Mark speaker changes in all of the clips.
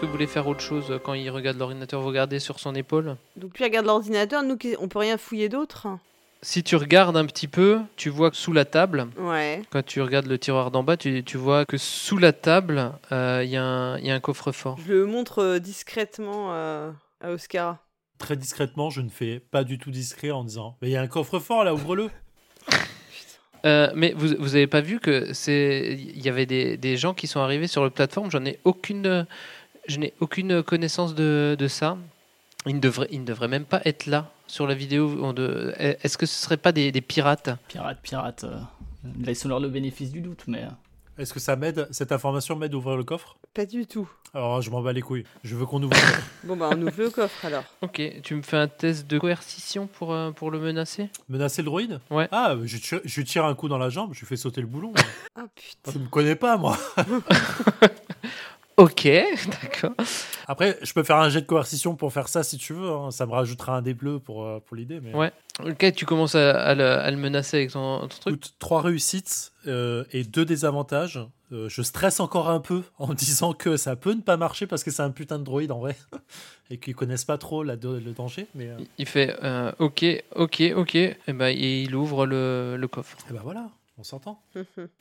Speaker 1: que vous voulez faire autre chose quand il regarde l'ordinateur Vous regardez sur son épaule
Speaker 2: Donc lui regarde l'ordinateur, nous qui- on peut rien fouiller d'autre.
Speaker 1: Si tu regardes un petit peu, tu vois que sous la table,
Speaker 2: Ouais.
Speaker 1: quand tu regardes le tiroir d'en bas, tu, tu vois que sous la table, euh, il y a un- il y a un coffre-fort.
Speaker 2: Je le montre euh, discrètement euh, à Oscar.
Speaker 3: Très discrètement, je ne fais pas du tout discret en disant Mais il y a un coffre-fort là, ouvre-le
Speaker 1: Euh, mais vous, vous avez pas vu que c'est il y avait des, des gens qui sont arrivés sur le plateforme. J'en ai aucune, je n'ai aucune connaissance de, de ça. Ils ne devraient, ils ne devraient même pas être là sur la vidéo. On de- Est-ce que ce serait pas des, des pirates
Speaker 4: Pirate, pirate. euh, Laissons-leur le bénéfice du doute, mais. euh,
Speaker 3: Est-ce que ça m'aide Cette information m'aide à ouvrir le coffre
Speaker 2: Pas du tout.
Speaker 3: Alors, je m'en bats les couilles. Je veux qu'on ouvre le coffre.
Speaker 2: Bon bah on ouvre le coffre alors.
Speaker 1: Ok, tu me fais un test de coercition pour euh, pour le menacer.
Speaker 3: Menacer le droïde
Speaker 1: Ouais.
Speaker 3: Ah, je tire, je tire un coup dans la jambe, je lui fais sauter le boulon. moi.
Speaker 2: Ah putain.
Speaker 3: tu me connais pas, moi
Speaker 1: Ok, d'accord.
Speaker 3: Après, je peux faire un jet de coercition pour faire ça si tu veux. hein. Ça me rajoutera un des bleus pour, euh, pour l'idée. Mais...
Speaker 1: Ouais, Ok, tu commences à, à le, à le menacer avec ton, ton truc.
Speaker 3: Écoute, trois réussites euh, et deux désavantages. Euh, je stresse encore un peu en me disant que ça peut ne pas marcher parce que c'est un putain de droïde en vrai et qu'ils connaissent pas trop la, le danger. Mais euh,
Speaker 1: Il fait euh, ok, ok, ok. Et ben et il ouvre le, le coffre.
Speaker 3: eh ben voilà, on s'entend. Oh,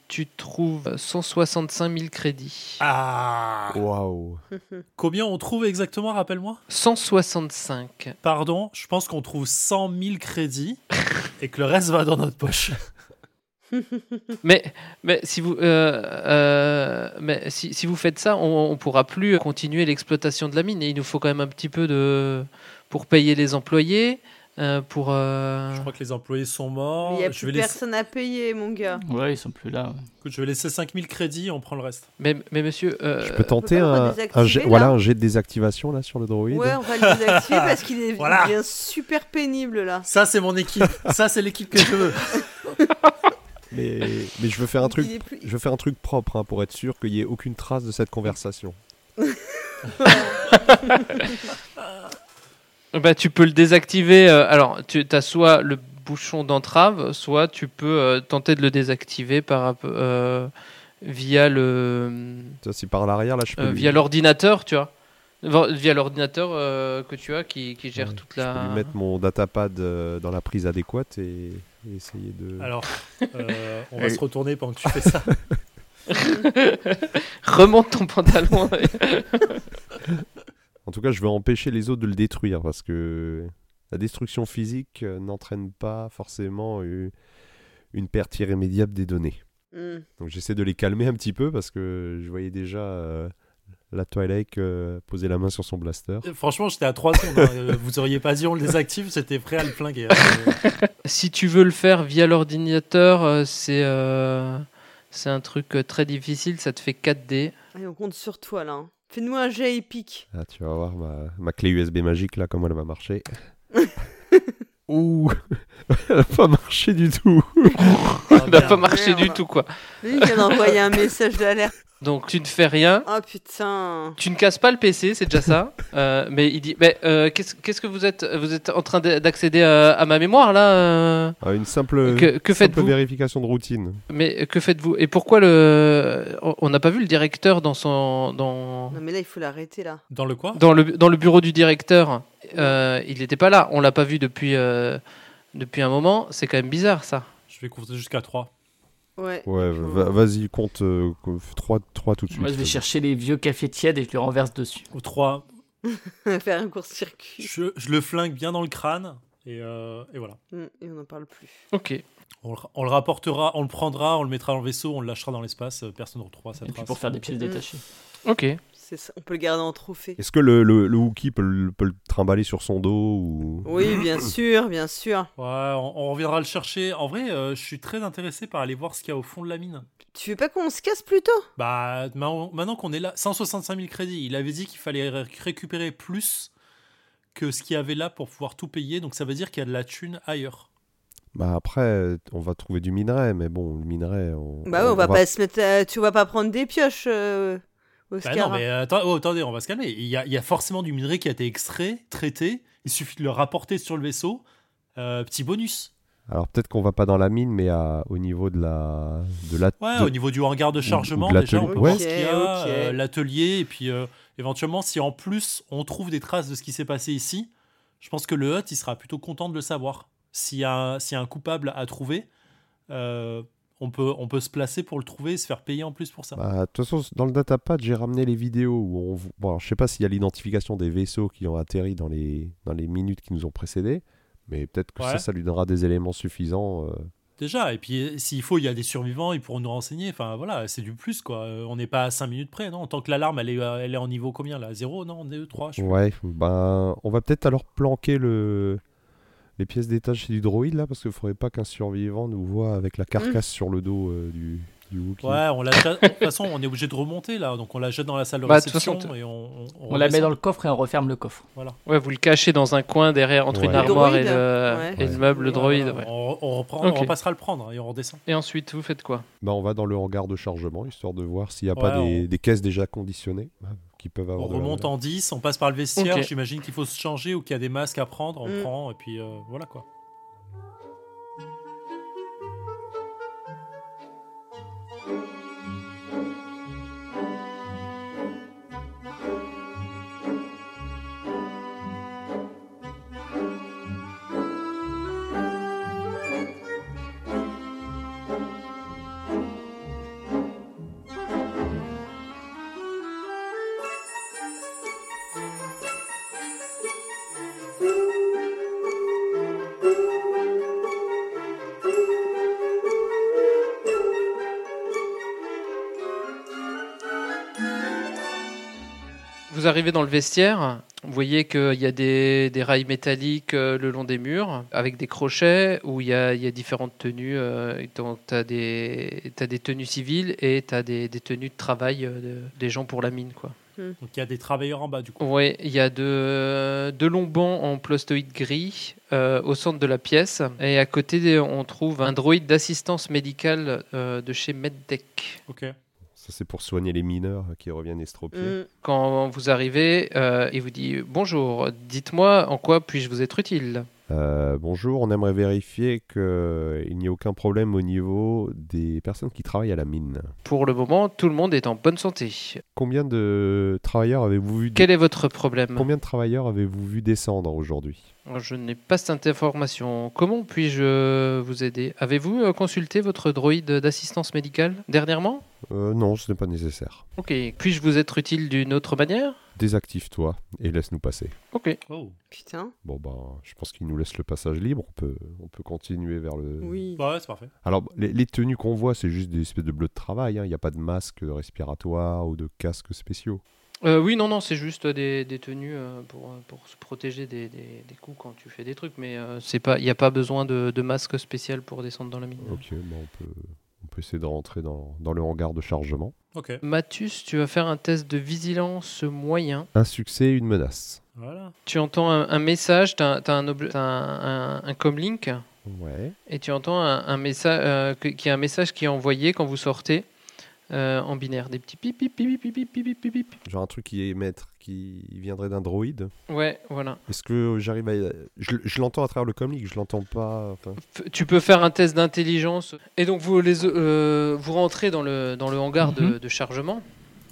Speaker 1: Tu trouves euh, 165 000 crédits.
Speaker 3: Ah
Speaker 5: Waouh.
Speaker 3: Combien on trouve exactement, rappelle-moi
Speaker 1: 165.
Speaker 3: Pardon, je pense qu'on trouve 100 000 crédits et que le reste va dans notre poche.
Speaker 1: Mais, mais, si, vous, euh, euh, mais si, si vous faites ça, on ne pourra plus continuer l'exploitation de la mine. Et il nous faut quand même un petit peu de. pour payer les employés, euh, pour. euh,
Speaker 3: Je crois que les employés sont
Speaker 2: Il
Speaker 3: morts.
Speaker 2: n'y a
Speaker 3: Je
Speaker 2: plus
Speaker 3: vais, laisser...
Speaker 2: personne à payer mon gars.
Speaker 4: Ouais, ils sont plus là. ouais.
Speaker 3: écoute, je vais laisser 5 000 crédits, on prend le reste.
Speaker 1: mais, mais monsieur. euh,
Speaker 5: Je peux tenter
Speaker 2: on peut pas
Speaker 5: un,
Speaker 2: redésactiver,
Speaker 5: un jet,
Speaker 2: là
Speaker 5: voilà, un jet de désactivation là sur le droïde.
Speaker 2: Ouais on va le désactiver parce qu'il est
Speaker 3: Voilà.
Speaker 2: il devient super pénible là.
Speaker 3: Ça, c'est mon équipe. Ça, c'est l'équipe que je veux.
Speaker 5: Mais, mais je veux faire un truc,
Speaker 2: Il est plus-
Speaker 5: je veux faire un truc propre hein, pour être sûr qu'il n'y ait aucune trace de cette conversation.
Speaker 1: bah, tu peux le désactiver. euh, alors, tu as soit le bouchon d'entrave, soit tu peux euh, tenter de le désactiver par. euh, via le.
Speaker 5: Ça, c'est par l'arrière là, je peux
Speaker 1: Euh,
Speaker 5: lui-
Speaker 1: via l'ordinateur, tu vois. Va- Via l'ordinateur euh, que tu as qui, qui gère
Speaker 5: Ouais,
Speaker 1: toute
Speaker 5: je peux
Speaker 1: la.
Speaker 5: lui mettre mon datapad euh, dans la prise adéquate et, et essayer de.
Speaker 3: Alors, euh, on va se retourner pendant que tu fais ça.
Speaker 1: Remonte ton pantalon.
Speaker 5: En tout cas, je veux empêcher les autres de le détruire parce que la destruction physique euh, n'entraîne pas forcément euh, une perte irrémédiable des données.
Speaker 2: Hmm.
Speaker 5: Donc j'essaie de les calmer un petit peu parce que je voyais déjà euh, la Twilight euh, poser la main sur son blaster.
Speaker 3: Franchement, j'étais à 3 secondes. hein. Euh, Vous auriez pas dit on le désactive, c'était prêt à le flinguer. Euh,
Speaker 1: si tu veux le faire via l'ordinateur, euh, c'est euh, c'est un truc euh, très difficile. Ça te fait 4D.
Speaker 2: Allez on compte sur toi là. hein. Fais-nous un jet épique.
Speaker 5: Ah, tu vas voir ma, ma clé USB magique là, comment elle va marcher. Ouh, elle a pas marché du tout.
Speaker 3: ah,
Speaker 1: Ça n'a
Speaker 3: merde.
Speaker 1: Bah, pas marché du
Speaker 2: merde.
Speaker 1: tout, quoi.
Speaker 2: Lui il vient d'envoyer un message d'alerte.
Speaker 1: Donc tu ne fais rien.
Speaker 2: Ah putain.
Speaker 1: Tu ne casses pas le PC, c'est déjà ça. Euh, mais il dit, mais euh, qu'est-ce qu'est-ce que vous êtes Vous êtes en train d'a- d'accéder à, à ma mémoire là euh
Speaker 5: Ah, une simple,
Speaker 1: Que- que
Speaker 5: simple
Speaker 1: faites-vous
Speaker 5: vérification de routine.
Speaker 1: Mais que faites-vous Et pourquoi le on- On n'a pas vu le directeur dans son dans
Speaker 2: Non mais là il faut l'arrêter là.
Speaker 3: Dans le quoi
Speaker 1: dans le dans le bureau du directeur. Euh, il n'était pas là. On l'a pas vu depuis euh, depuis un moment. C'est quand même bizarre ça.
Speaker 3: Je vais compter jusqu'à 3.
Speaker 2: Ouais.
Speaker 5: Ouais,
Speaker 2: faut-
Speaker 5: va- vas-y, compte euh, 3, tout de suite.
Speaker 4: Moi, je vais chercher les vieux cafés tièdes et je les renverse dessus.
Speaker 3: Au 3,
Speaker 2: Faire un court-circuit.
Speaker 3: je, je le flingue bien dans le crâne. Et, euh, et voilà.
Speaker 2: Hmm, Et on n'en parle plus.
Speaker 1: Ok.
Speaker 3: On le, on le rapportera, on le prendra, on le mettra dans le vaisseau, on le lâchera dans l'espace. euh, Personne ne retrouvera sa
Speaker 4: Et puis
Speaker 3: trace.
Speaker 4: pour faire des pièces détachées.
Speaker 1: Ok.
Speaker 2: C'est ça, On peut le garder en trophée.
Speaker 5: Est-ce que le, le, le Wookie peut, le- peut le trimballer sur son dos ou...
Speaker 2: Oui bien sûr bien sûr.
Speaker 3: Ouais, on, on reviendra le chercher. En vrai, euh, je suis très intéressé par aller voir ce qu'il y a au fond de la mine.
Speaker 2: Tu veux pas qu'on se casse plutôt
Speaker 3: Bah, ma- maintenant qu'on est là, 165 000 crédits. Il avait dit qu'il fallait ré- récupérer plus que ce qu'il y avait là pour pouvoir tout payer. Donc ça veut dire qu'il y a de la thune ailleurs.
Speaker 5: Bah après, euh, on va trouver du minerai, mais bon, le minerai, on,
Speaker 2: Bah ouais, on, va pas se mettre. à- tu vas pas prendre des pioches, euh,
Speaker 3: Bah
Speaker 2: Oscar.
Speaker 3: non, mais attends- oh, attendez, on va se calmer. Il y, a, il y a forcément du minerai qui a été extrait, traité. Il suffit de le rapporter sur le vaisseau. Euh, petit bonus.
Speaker 5: Alors peut-être qu'on va pas dans la mine, mais à- au niveau de la de la
Speaker 3: Ouais,
Speaker 5: de-
Speaker 3: au niveau du hangar de chargement,
Speaker 5: ou de
Speaker 3: déjà, on
Speaker 5: l'atelier.
Speaker 3: peut
Speaker 5: Ouais.
Speaker 3: voir ce qu'il y a,
Speaker 2: Ok, ok.
Speaker 3: euh, l'atelier, et puis euh, éventuellement, si en plus on trouve des traces de ce qui s'est passé ici, je pense que le Hut, il sera plutôt content de le savoir. S'il y a, un- s'il y a un coupable à trouver, euh, on, peut, on peut se placer pour le trouver et se faire payer en plus pour ça.
Speaker 5: Bah, de toute façon, dans le datapad, j'ai ramené les vidéos où on. vo- Bon, alors, je sais pas s'il y a l'identification des vaisseaux qui ont atterri dans les, dans les minutes qui nous ont précédés, mais peut-être que
Speaker 3: Ouais.
Speaker 5: ça, ça lui donnera des éléments suffisants. euh.
Speaker 3: Déjà, et puis euh, s'il faut, il y a des survivants, ils pourront nous renseigner. Enfin voilà, c'est du plus quoi. Euh, On n'est pas à 5 minutes près, non Tant que l'alarme, elle est, euh, elle est en niveau combien là 0 Non, on est 3, je sais plus.
Speaker 5: Ouais, ben, on va peut-être alors planquer le... les pièces d'étage chez du droïde, là, parce qu'il faudrait pas qu'un survivant nous voit avec la carcasse sur le dos euh, du, du Wookiee.
Speaker 3: Mmh. Ouais, on la jette- de toute façon, on est obligé de remonter là, donc on la jette dans la salle de
Speaker 1: Bah, de toute
Speaker 3: réception
Speaker 1: façon,
Speaker 3: et on, on,
Speaker 4: On la met
Speaker 3: redescend.
Speaker 4: dans le coffre et on referme le coffre.
Speaker 1: Ouais, vous le cachez dans un coin derrière, entre une
Speaker 5: Ouais.
Speaker 1: armoire et
Speaker 2: Droïde.
Speaker 1: le,
Speaker 2: Ouais.
Speaker 1: et le meuble
Speaker 3: Ouais,
Speaker 1: droïde.
Speaker 3: voilà,
Speaker 1: ouais.
Speaker 3: On, on reprend,
Speaker 1: Ok.
Speaker 3: on repassera le prendre hein, et on redescend.
Speaker 1: Et ensuite, vous faites quoi
Speaker 5: Ben, on va dans le hangar de chargement, histoire de voir s'il n'y a
Speaker 3: Ouais,
Speaker 5: pas des...
Speaker 3: on-
Speaker 5: des caisses déjà conditionnées hein, qui peuvent avoir.
Speaker 3: On
Speaker 5: de la
Speaker 3: remonte
Speaker 5: valeur.
Speaker 3: en 10, on passe par le vestiaire.
Speaker 1: Ok.
Speaker 3: J'imagine qu'il faut se changer ou qu'il y a des masques à prendre. On
Speaker 2: Mm.
Speaker 3: prend et puis euh, voilà quoi.
Speaker 1: Vous arrivez dans le vestiaire, vous voyez qu'il y a des, des rails métalliques euh, le long des murs, avec des crochets, où il y a, il y a différentes tenues. euh, et donc, tu as, des tenues civiles et tu as des, des tenues de travail euh, de- des gens pour la mine. quoi.
Speaker 3: Donc il y a des travailleurs en bas du coup.
Speaker 1: Ouais, il y a deux, deux longs bancs en plastoïde gris euh, au centre de la pièce. Et à côté, on trouve un droïde d'assistance médicale euh, de chez MedTech.
Speaker 3: Ok.
Speaker 5: Ça, c'est pour soigner les mineurs euh, qui reviennent estropiés.
Speaker 2: Mm.
Speaker 1: Quand vous arrivez, euh, il vous dit Bonjour, dites-moi en quoi puis-je vous être utile
Speaker 5: Euh, bonjour, on aimerait vérifier qu'il n'y a aucun problème au niveau des personnes qui travaillent à la mine.
Speaker 1: Pour le moment, tout le monde est en bonne santé.
Speaker 5: Combien de travailleurs avez-vous vu
Speaker 1: Quel est votre problème
Speaker 5: Combien de travailleurs avez-vous vu descendre aujourd'hui
Speaker 1: Je n'ai pas cette information. Comment puis-je euh, vous aider Avez-vous euh, consulté votre droïde d'assistance médicale dernièrement
Speaker 5: Euh, Non, ce n'est pas nécessaire.
Speaker 1: Ok. Puis-je vous être utile d'une autre manière
Speaker 5: Désactive-toi et laisse-nous passer.
Speaker 1: Ok.
Speaker 3: Oh.
Speaker 2: Mmh. Putain,
Speaker 5: Bon ben, je pense qu'il nous laisse le passage libre. On peut, on peut continuer vers le.
Speaker 2: oui.
Speaker 3: Bah ouais, c'est parfait.
Speaker 5: Alors les, les tenues qu'on voit, c'est juste des espèces de bleus de travail. hein. Il n'y a pas de masque respiratoire ou de casque spéciaux.
Speaker 1: Euh, oui, non, non, c'est juste des, des tenues euh, pour, euh, pour se protéger des, des- des coups quand tu fais des trucs, mais euh, c'est pas, il n'y a pas besoin de, de masque spécial pour descendre dans la mine.
Speaker 5: Ok, ben, on peut, on peut essayer de rentrer dans, dans le hangar de chargement.
Speaker 3: Ok.
Speaker 1: Mathus, tu vas faire un test de vigilance moyen.
Speaker 5: Un succès, et une menace.
Speaker 3: Voilà.
Speaker 1: Tu entends un, un message, tu as, un, obje- t'as un, un, un comlink,
Speaker 5: Ouais.
Speaker 1: et tu entends un, un message euh, que- qui est un message qui est envoyé quand vous sortez euh, en binaire, des petits pip pip pip pip pip pip pip pip pip.
Speaker 5: Genre un truc qui est maître, qui viendrait d'un droïde.
Speaker 1: Ouais, voilà.
Speaker 5: Est-ce que j'arrive à. Je, l- je l'entends à travers le comlink, je l'entends pas. enfin.
Speaker 1: F- Tu peux faire un test d'intelligence. Et donc vous les euh, vous rentrez dans le dans le hangar de-
Speaker 4: Mhm.
Speaker 1: de chargement.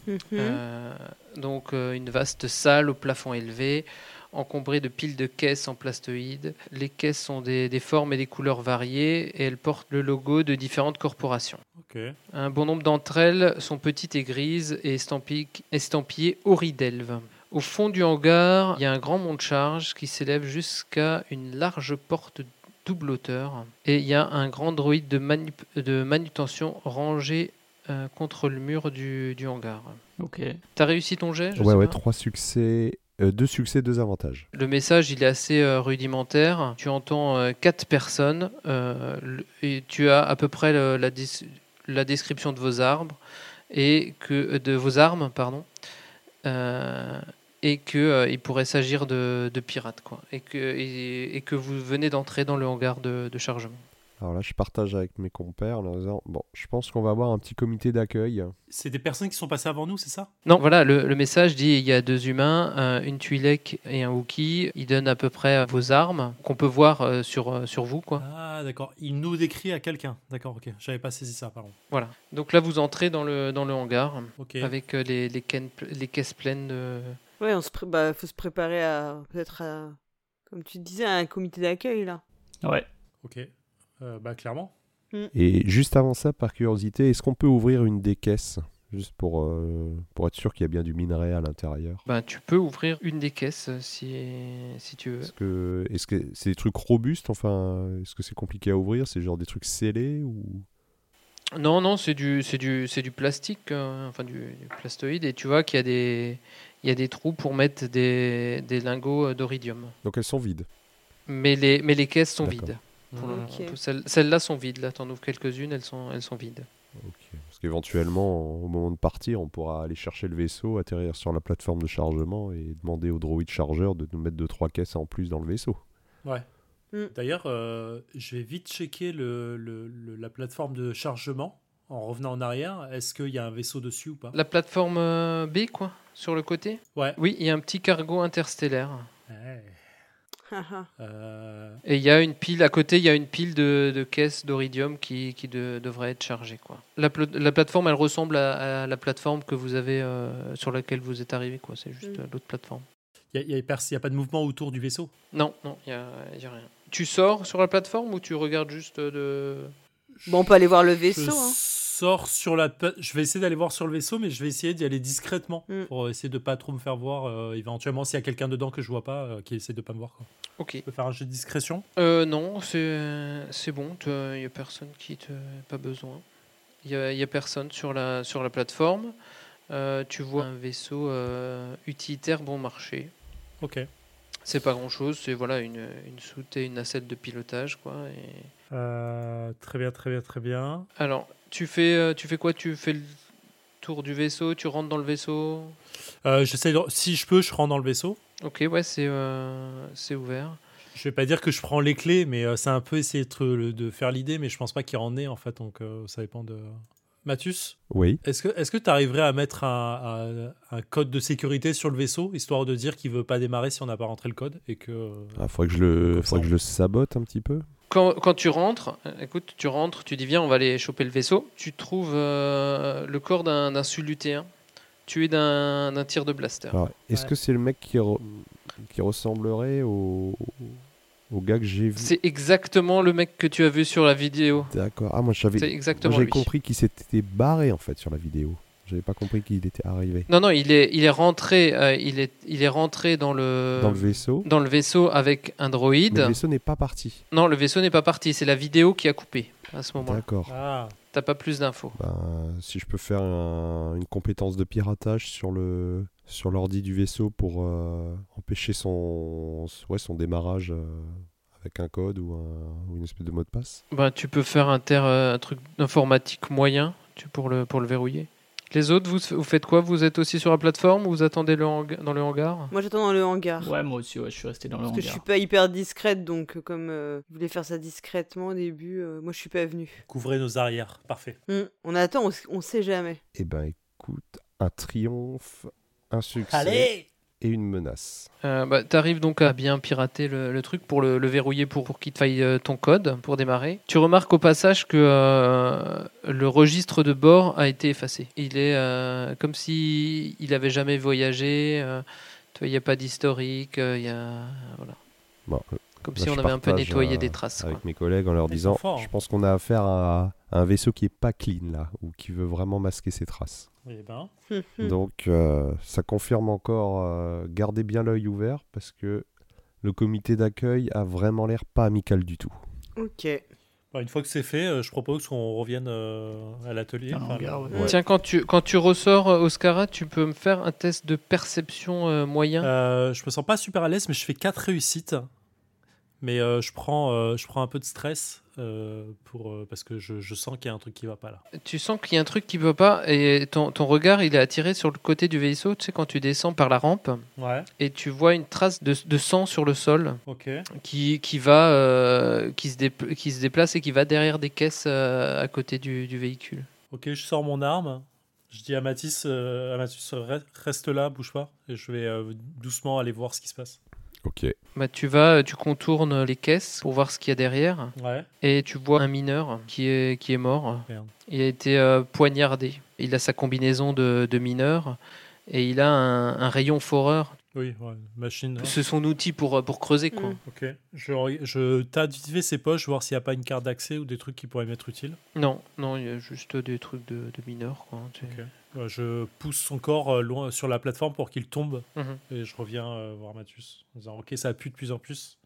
Speaker 2: Mhm.
Speaker 1: Euh, donc euh, une vaste salle au plafond élevé, encombrée de piles de caisses en plastoïde. Les caisses sont des, des formes et des couleurs variées et elles portent le logo de différentes corporations.
Speaker 3: Ok.
Speaker 1: Un bon nombre d'entre elles sont petites et grises et estampillées, estampillées Oridelve. Au fond du hangar, il y a un grand monte-charge qui s'élève jusqu'à une large porte double hauteur et il y a un grand droïde de, manip- de manutention rangé euh, contre le mur du, du hangar.
Speaker 4: Ok.
Speaker 1: T'as réussi ton jet je
Speaker 5: Ouais,
Speaker 1: sais
Speaker 5: ouais,
Speaker 1: pas.
Speaker 5: trois succès. euh, deux succès, deux avantages.
Speaker 1: Le message, il est assez euh, rudimentaire. Tu entends euh, quatre personnes euh, le- et tu as à peu près le- la, dis- la description de vos arbres et que euh, de vos armes, pardon, euh, et que euh, il pourrait s'agir de, de pirates, quoi, et que et, et que vous venez d'entrer dans le hangar de, de chargement.
Speaker 5: Alors là, je partage avec mes compères en leur disant Bon, je pense qu'on va avoir un petit comité d'accueil.
Speaker 3: C'est des personnes qui sont passées avant nous, c'est ça
Speaker 1: Non, voilà, le, le message dit il y a deux humains, un- une Twi'lek et un Wookie. Ils donnent à peu près vos armes qu'on peut voir euh, sur, euh, sur vous, quoi.
Speaker 3: Ah, d'accord. Il nous décrit à quelqu'un. D'accord, ok. J'avais pas saisi ça, pardon.
Speaker 1: Voilà. Donc là, vous entrez dans le, dans le hangar
Speaker 3: Ok.
Speaker 1: avec euh, les, les, ken- les caisses pleines de.
Speaker 2: Ouais, on se pré- bah, faut se préparer à peut-être à- comme tu disais à un comité d'accueil là.
Speaker 4: Ouais.
Speaker 3: Ok. Euh, bah, clairement.
Speaker 5: Et juste avant ça, par curiosité, est-ce qu'on peut ouvrir une des caisses Juste pour, euh, pour être sûr qu'il y a bien du minerai à l'intérieur.
Speaker 1: Ben, tu peux ouvrir une des caisses euh, si, si tu veux.
Speaker 5: Est-ce que est-ce que c'est des trucs robustes Enfin, est-ce que c'est compliqué à ouvrir C'est genre des trucs scellés ou
Speaker 1: Non, non, c'est du, c'est du, c'est du plastique, euh, enfin du, du plastoïde, et tu vois qu'il y a des, il y a des trous pour mettre des, des lingots euh, d'oridium.
Speaker 5: Donc elles sont vides.
Speaker 1: Mais les, mais les caisses sont
Speaker 5: D'accord.
Speaker 1: vides. Pour le
Speaker 2: Ok.
Speaker 1: moment. Celles- Celles-là sont vides. Là, t'en ouvres quelques-unes, elles sont, elles sont vides.
Speaker 5: Parce qu'éventuellement, au moment de partir, on pourra aller chercher le vaisseau, atterrir sur la plateforme de chargement et demander au droïde chargeur de nous mettre deux trois caisses en plus dans le vaisseau.
Speaker 3: Ouais.
Speaker 2: Mm.
Speaker 3: D'ailleurs, euh, je vais vite checker le, le- le- la plateforme de chargement en revenant en arrière. Est-ce qu'il y a un vaisseau dessus ou pas
Speaker 1: La plateforme euh, B, quoi, sur le côté
Speaker 3: Ouais.
Speaker 1: Oui, il y a un petit cargo interstellaire.
Speaker 3: Ouais.
Speaker 2: Haha.
Speaker 3: Euh,
Speaker 1: Et il y a une pile, à côté, il y a une pile de, de caisses d'oridium qui, qui de- devrait être chargée. Quoi. La, pla- la plateforme, elle ressemble à, à la plateforme que vous avez, euh, sur laquelle vous êtes arrivé. quoi. C'est juste
Speaker 2: Mm.
Speaker 1: euh, l'autre plateforme.
Speaker 3: Il n'y a, pers- y a pas de mouvement autour du vaisseau
Speaker 1: Non, non, il n'y a, il y a rien. Tu sors sur la plateforme ou tu regardes juste euh, de...
Speaker 2: Bon, on peut aller voir le
Speaker 3: Je
Speaker 2: vaisseau. hein.
Speaker 3: sors sur la. pla- Je vais essayer d'aller voir sur le vaisseau, mais je vais essayer d'y aller discrètement
Speaker 2: Mm.
Speaker 3: pour essayer de pas trop me faire voir. euh, éventuellement, s'il y a quelqu'un dedans que je vois pas, euh, qui essaie de pas me voir. Quoi.
Speaker 1: Ok.
Speaker 3: Je peux faire un jeu de discrétion.
Speaker 1: Euh, non, c'est c'est bon, il n'y a personne qui te... Pas besoin. Il n'y a, y a personne sur la, sur la plateforme. Euh, tu vois un vaisseau euh, utilitaire bon marché.
Speaker 3: Ok.
Speaker 1: C'est pas grand-chose, c'est voilà, une, une soute et une assiette de pilotage. Quoi, et-
Speaker 3: Euh, très bien, très bien, très bien.
Speaker 1: Alors, tu fais, euh, tu fais quoi Tu fais le tour du vaisseau, tu rentres dans le vaisseau
Speaker 3: Euh, j'essaie de- Si je peux, je rentre dans le vaisseau.
Speaker 1: Ok, ouais, c'est euh, c'est ouvert.
Speaker 3: Je vais pas dire que je prends les clés, mais euh, c'est un peu essayer de, te- de faire l'idée, mais je pense pas qu'il en ait en fait, donc euh, ça dépend de. Mathus,
Speaker 5: Oui.
Speaker 3: est-ce que est-ce que tu arriverais à mettre un, un- un code de sécurité sur le vaisseau, histoire de dire qu'il veut pas démarrer si on n'a pas rentré le code et que. euh,
Speaker 5: Il Ah, faudrait que je le,
Speaker 3: Comme ça,
Speaker 5: faudrait que je le sabote un petit peu.
Speaker 1: quand, quand tu rentres, euh, écoute, tu rentres, tu dis viens, on va aller choper le vaisseau. Tu trouves euh, le corps d'un d'un sulutéen tué d'un d'un tir de blaster.
Speaker 5: Alors, est-ce
Speaker 3: Ouais.
Speaker 5: que c'est le mec qui, re- qui ressemblerait au... au gars que j'ai vu
Speaker 1: C'est exactement le mec que tu as vu sur la vidéo.
Speaker 5: D'accord. Ah moi j'avais
Speaker 1: C'est
Speaker 5: Moi,
Speaker 1: exactement
Speaker 5: J'ai
Speaker 1: lui.
Speaker 5: compris qu'il s'était barré en fait sur la vidéo. J'avais pas compris qu'il était arrivé
Speaker 1: Non, non, il est, il est rentré, euh, il est, il est rentré dans le
Speaker 5: dans le vaisseau.
Speaker 1: dans le vaisseau avec un droïde.
Speaker 5: Mais le vaisseau n'est pas parti.
Speaker 1: Non, le vaisseau n'est pas parti. C'est la vidéo qui a coupé à ce moment-là.
Speaker 5: D'accord.
Speaker 3: Ah,
Speaker 1: T'as pas plus d'infos.
Speaker 5: Ben, si je peux faire un- une compétence de piratage sur le sur l'ordi du vaisseau pour euh, empêcher son ouais, son démarrage euh, avec un code ou, un- ou une espèce de mot de passe.
Speaker 1: Ben, tu peux faire un, ter- euh, un truc informatique moyen tu, pour, le, pour le verrouiller. Les autres, vous, vous faites quoi Vous êtes aussi sur la plateforme ou vous attendez le hang- dans le hangar
Speaker 2: Moi, j'attends dans le hangar.
Speaker 4: Ouais, moi aussi, ouais, je suis resté dans le
Speaker 2: Parce que je
Speaker 4: hangar.
Speaker 2: suis pas hyper discrète, donc euh, comme euh, je voulais faire ça discrètement au début, euh, moi je suis pas venue.
Speaker 3: couvrez nos arrières, parfait.
Speaker 2: Hmm, On attend, on, s- on sait jamais.
Speaker 5: Eh ben écoute, un triomphe, un succès et une menace.
Speaker 1: Euh, bah, T'arrives donc à bien pirater le, le truc pour le, le verrouiller pour, pour qu'il te faille euh, ton code pour démarrer. Tu remarques au passage que euh, le registre de bord a été effacé. Il est euh, comme si il avait jamais voyagé. euh, tu vois, il n'y a pas d'historique. euh, il y a voilà,
Speaker 5: Bon,
Speaker 1: comme
Speaker 5: Bah,
Speaker 1: si
Speaker 5: je
Speaker 1: on avait un peu
Speaker 5: partage,
Speaker 1: nettoyé
Speaker 5: euh,
Speaker 1: des traces. quoi.
Speaker 5: avec mes collègues en leur
Speaker 3: Ils
Speaker 5: disant
Speaker 3: sont forts, hein.
Speaker 5: je pense qu'on a affaire à, à un vaisseau qui est pas clean là ou qui veut vraiment masquer ses traces
Speaker 3: Eh ben,
Speaker 2: Hmm, hmm.
Speaker 5: donc euh, ça confirme encore euh, gardez bien l'œil ouvert parce que le comité d'accueil a vraiment l'air pas amical du tout
Speaker 2: Ok.
Speaker 3: bah, une fois que c'est fait, euh, je propose qu'on revienne euh, à l'atelier.
Speaker 4: Dans le
Speaker 3: Enfin,
Speaker 4: hangar,
Speaker 3: le-
Speaker 4: ouais.
Speaker 5: Ouais.
Speaker 1: Tiens, quand tu, quand tu ressors, euh, Oscara, tu peux me faire un test de perception euh, moyen.
Speaker 3: Euh, je me sens pas super à l'aise, mais je fais 4 réussites. Mais euh, je, prends, euh, je prends un peu de stress. euh, pour, euh, parce que je, je sens qu'il y a un truc qui va pas là.
Speaker 1: Tu sens qu'il y a un truc qui ne va pas et ton, ton regard il est attiré sur le côté du vaisseau. Tu sais, quand tu descends par la rampe
Speaker 3: Ouais,
Speaker 1: et tu vois une trace de, de sang sur le sol
Speaker 3: ok.
Speaker 1: qui, qui, va, euh, qui, se dépl- qui se déplace et qui va derrière des caisses euh, à côté du, du véhicule.
Speaker 3: Ok, je sors mon arme. Je dis à Mathis, euh, à Mathis, re- reste là, bouge pas. Et je vais euh, doucement aller voir ce qui se passe.
Speaker 5: Ok.
Speaker 1: Bah, tu vas, tu contournes les caisses pour voir ce qu'il y a derrière
Speaker 3: Ouais.
Speaker 1: et tu vois un mineur qui est, qui est mort.
Speaker 3: Merde.
Speaker 1: Il a été euh, poignardé. Il a sa combinaison de, de mineur et il a un, un rayon foreur.
Speaker 3: Oui, ouais, machine. hein.
Speaker 1: C'est son outil pour, euh, pour creuser quoi.
Speaker 2: Mm.
Speaker 3: Ok. Je, re- je tâte vite fait ses poches, voir s'il n'y a pas une carte d'accès ou des trucs qui pourraient m'être utiles.
Speaker 1: Non, non, il y a juste des trucs de, de mineur quoi. Tu-
Speaker 3: Ok. Euh, je pousse son corps euh, loin sur la plateforme pour qu'il tombe.
Speaker 1: Mhm.
Speaker 3: Et je reviens euh, voir Mathis en disant Ok, ça pue de plus en plus.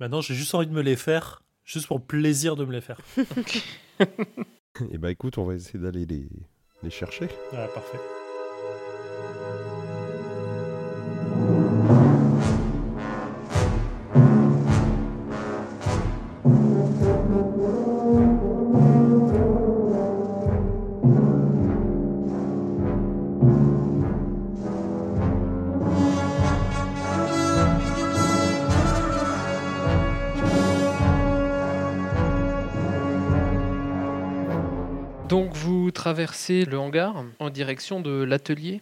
Speaker 3: Maintenant, j'ai juste envie de me les faire, juste pour le plaisir de me les faire.
Speaker 5: Et bah écoute, on va essayer d'aller les, les chercher.
Speaker 3: Voilà, Ah, parfait.
Speaker 1: Donc vous traversez le hangar en direction de l'atelier.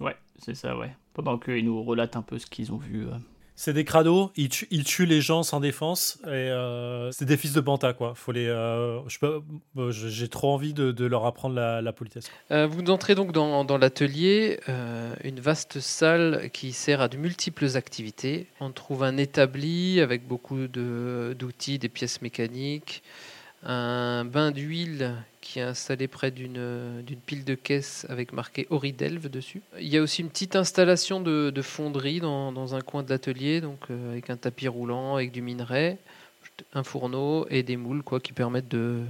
Speaker 4: Ouais, c'est ça, ouais. Pendant qu'ils nous relatent un peu ce qu'ils ont vu. euh.
Speaker 3: C'est des crados, ils tuent, ils tuent les gens sans défense et euh, c'est des fils de panta quoi. Faut les, euh, je peux, euh, j'ai trop envie de, de leur apprendre la, la politesse.
Speaker 1: Euh, vous entrez donc dans, dans l'atelier, euh, une vaste salle qui sert à de multiples activités. On trouve un établi avec beaucoup de- d'outils, des pièces mécaniques, un bain d'huile qui est installé près d'une d'une pile de caisses avec marqué Oridelve dessus. Il y a aussi une petite installation de, de fonderie dans, dans un coin de l'atelier, donc euh, avec un tapis roulant, avec du minerai, un fourneau et des moules quoi, qui permettent de,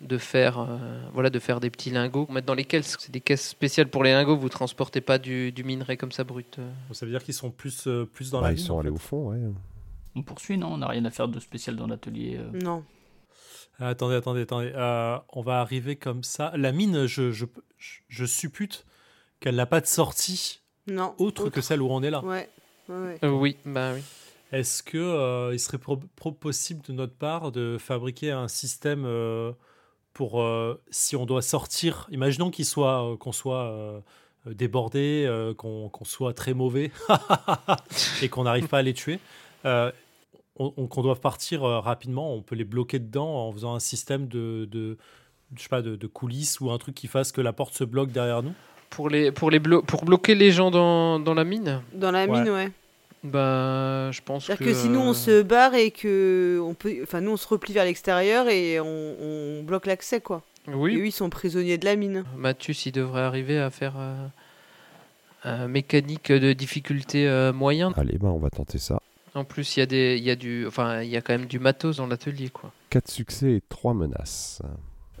Speaker 1: de faire, euh, voilà, de faire des petits lingots, mettre dans les caisses. C'est des caisses spéciales pour les lingots. Vous transportez pas du, du minerai comme ça brut. euh.
Speaker 3: Donc, ça veut dire qu'ils sont plus, euh, plus dans
Speaker 5: Bah,
Speaker 3: la
Speaker 5: ils
Speaker 3: mine,
Speaker 5: sont
Speaker 3: en
Speaker 5: allés
Speaker 3: fait.
Speaker 5: au fond, ouais.
Speaker 4: On poursuit, non On n'a rien à faire de spécial dans l'atelier. euh.
Speaker 2: Non.
Speaker 3: Ah, Attendez, attendez, attendez. Euh, on va arriver comme ça. La mine, je, je, je- je suppute qu'elle n'a pas de sortie
Speaker 2: Non.
Speaker 3: autre, que celle où on est là.
Speaker 2: Ouais. Ouais, ouais.
Speaker 1: Euh, oui, bah oui.
Speaker 3: Est-ce que euh, il serait pro- pro- possible de notre part de fabriquer un système euh, pour euh, si on doit sortir, imaginons qu'il soit euh, qu'on soit euh, débordé, euh, qu'on qu'on soit très mauvais et qu'on n'arrive pas à les tuer, euh, on- on- qu'on doit partir euh, rapidement, on peut les bloquer dedans en faisant un système de, de je sais pas de, de coulisses ou un truc qui fasse que la porte se bloque derrière nous.
Speaker 1: Pour les, pour les blo- pour bloquer les gens dans, dans la mine,
Speaker 2: Dans la
Speaker 3: Ouais.
Speaker 2: mine, ouais.
Speaker 1: bah je pense que.
Speaker 2: C'est-à-dire que si nous
Speaker 1: euh,
Speaker 2: on se barre et que on peut, enfin nous on se replie vers l'extérieur et on, on bloque l'accès quoi. Et
Speaker 1: Oui.
Speaker 2: eux ils sont prisonniers de la mine.
Speaker 1: Mathus, il devrait arriver à faire euh, un mécanique de difficulté euh, moyenne.
Speaker 5: Allez, bah on va tenter ça.
Speaker 1: En plus, il y a des, il y a du, enfin, il y a quand même du matos dans l'atelier, quoi.
Speaker 5: 4 succès et 3 menaces.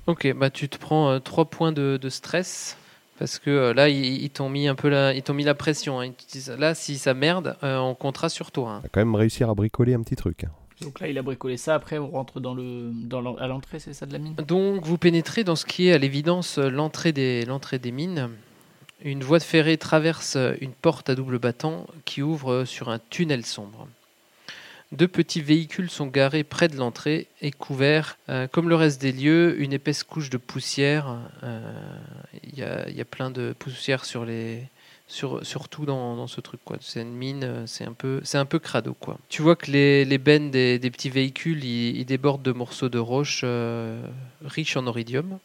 Speaker 1: Ok, bah tu te prends 3 points de, de stress parce que euh, là ils, ils t'ont mis un peu la, ils t'ont mis la pression. hein. Ils te disent, là si ça merde, euh, on comptera sur toi. hein.
Speaker 5: On va quand même réussir à bricoler un petit truc. hein.
Speaker 4: Donc là, il a bricolé ça. Après, on rentre dans le, dans l'en- à l'entrée, c'est ça de la mine
Speaker 1: Donc vous pénétrez dans ce qui est à l'évidence euh, l'entrée des, l'entrée des mines. Une voie de ferrée traverse euh, une porte à double battant qui ouvre euh, sur un tunnel sombre. Deux petits véhicules sont garés près de l'entrée et couverts, euh, comme le reste des lieux, une épaisse couche de poussière. Euh, Il y a- il y, a plein de poussière sur les, sur, surtout dans, dans ce truc quoi. C'est une mine, euh, c'est un peu, c'est un peu crado quoi. Tu vois que les, les bennes des, des petits véhicules, ils, ils débordent de morceaux de roche euh, riches en iridium.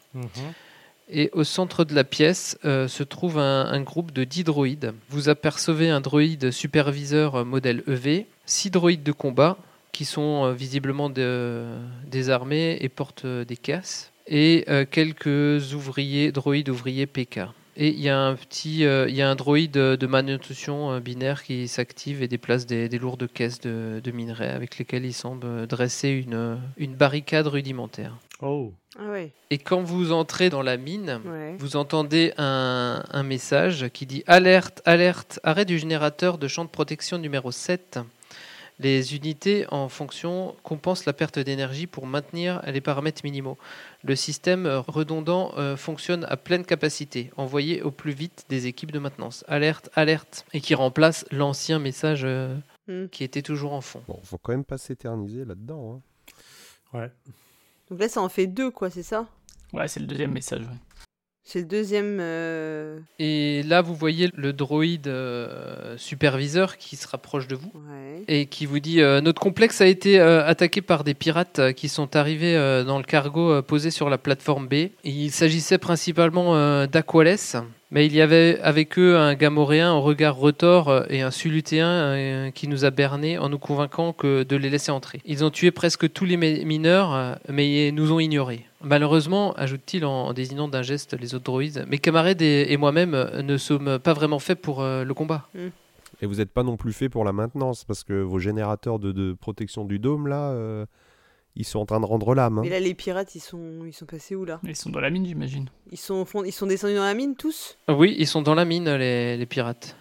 Speaker 1: Et au centre de la pièce euh, se trouve un, un groupe de 10 droïdes. Vous apercevez un droïde superviseur euh, modèle EV, 6 droïdes de combat qui sont euh, visiblement de- désarmés et portent euh, des casses, et euh, quelques ouvriers, droïdes ouvriers PK. Et il y a un petit, euh, il y a un droïde euh, de manutention euh, binaire qui s'active et déplace des, des lourdes caisses de, de minerais avec lesquelles il semble euh, dresser une, euh, une barricade rudimentaire.
Speaker 3: Oh.
Speaker 2: Ah ouais.
Speaker 1: Et quand vous entrez dans la mine,
Speaker 2: Ouais.
Speaker 1: vous entendez un, un message qui dit Alerte, alerte, arrêt du générateur de champ de protection numéro 7. Les unités en fonction compensent la perte d'énergie pour maintenir les paramètres minimaux. Le système redondant euh, fonctionne à pleine capacité, envoyé au plus vite des équipes de maintenance. Alerte, alerte, et qui remplace l'ancien message euh,
Speaker 2: Hmm.
Speaker 1: qui était toujours en fond.
Speaker 5: Bon, faut quand même pas s'éterniser là-dedans. hein.
Speaker 3: Ouais.
Speaker 2: Donc là, ça en fait deux, quoi, c'est ça
Speaker 4: Ouais, c'est le deuxième message. ouais.
Speaker 2: C'est le deuxième. euh,
Speaker 1: Et là, vous voyez le droïde euh, superviseur qui se rapproche de vous.
Speaker 2: Ouais.
Speaker 1: et qui vous dit euh, notre complexe a été euh, attaqué par des pirates euh, qui sont arrivés euh, dans le cargo euh, posé sur la plateforme B. Il s'agissait principalement euh, d'Aquales, mais il y avait avec eux un Gamoréen au regard retors euh, et un Sulutéen euh, qui nous a bernés en nous convainquant que de les laisser entrer. Ils ont tué presque tous les mi- mineurs, euh, mais ils nous ont ignorés. Malheureusement, ajoute-t-il en en désignant d'un geste les autres droïdes, mes camarades et et moi-même euh, ne sommes pas vraiment faits pour euh, le combat.
Speaker 5: Et vous n'êtes pas non plus fait pour la maintenance, parce que vos générateurs de, de protection du dôme, là, euh, ils sont en train de rendre l'âme. hein.
Speaker 2: Mais là, les pirates, ils sont, ils sont passés où là
Speaker 4: Ils sont dans la mine, j'imagine.
Speaker 2: Ils sont au fond- ils sont descendus dans la mine tous
Speaker 1: Oui, ils sont dans la mine, les- les pirates.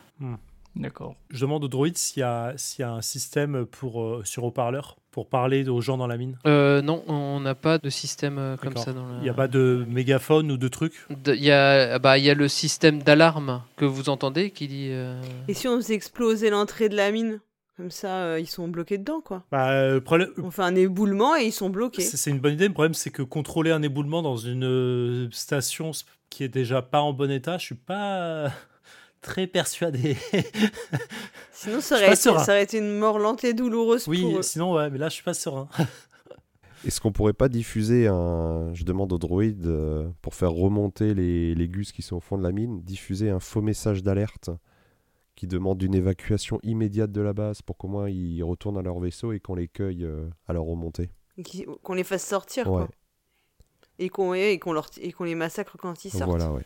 Speaker 4: D'accord.
Speaker 3: Je demande au droïde s'il y, a- s'il y a un système pour, euh, sur haut-parleur pour parler aux gens dans la mine.
Speaker 1: Euh, non, on n'a pas de système euh, comme
Speaker 3: D'accord.
Speaker 1: ça dans le.
Speaker 3: Il n'y a pas de mégaphone ou de truc.
Speaker 1: De- il y a, bah, il y a le système d'alarme que vous entendez qui dit. euh,
Speaker 2: Et si on faisait exploser l'entrée de la mine Comme ça, euh, ils sont bloqués dedans, quoi.
Speaker 3: Bah, euh, le problème,
Speaker 2: On fait un éboulement et ils sont bloqués.
Speaker 3: C'est c'est une bonne idée. Le problème, c'est que contrôler un éboulement dans une euh, station sp- qui est déjà pas en bon état, je suis pas euh, très persuadé.
Speaker 2: Sinon, ça
Speaker 3: Je suis
Speaker 2: aurait,
Speaker 3: pas
Speaker 2: été,
Speaker 3: serein.
Speaker 2: ça aurait été une mort lente et douloureuse
Speaker 3: oui,
Speaker 2: pour eux.
Speaker 3: sinon, ouais, mais là, je suis pas serein.
Speaker 5: Est-ce qu'on pourrait pas diffuser un. Je demande aux droïdes, euh, pour faire remonter les, les gus qui sont au fond de la mine, diffuser un faux message d'alerte qui demande une évacuation immédiate de la base pour qu'au moins ils retournent à leur vaisseau et qu'on les cueille euh, à leur remontée.
Speaker 2: Et qui- Qu'on les fasse sortir,
Speaker 5: Ouais,
Speaker 2: quoi. Et qu'on et qu'on leur- et qu'on les massacre quand ils sortent.
Speaker 5: voilà, ouais.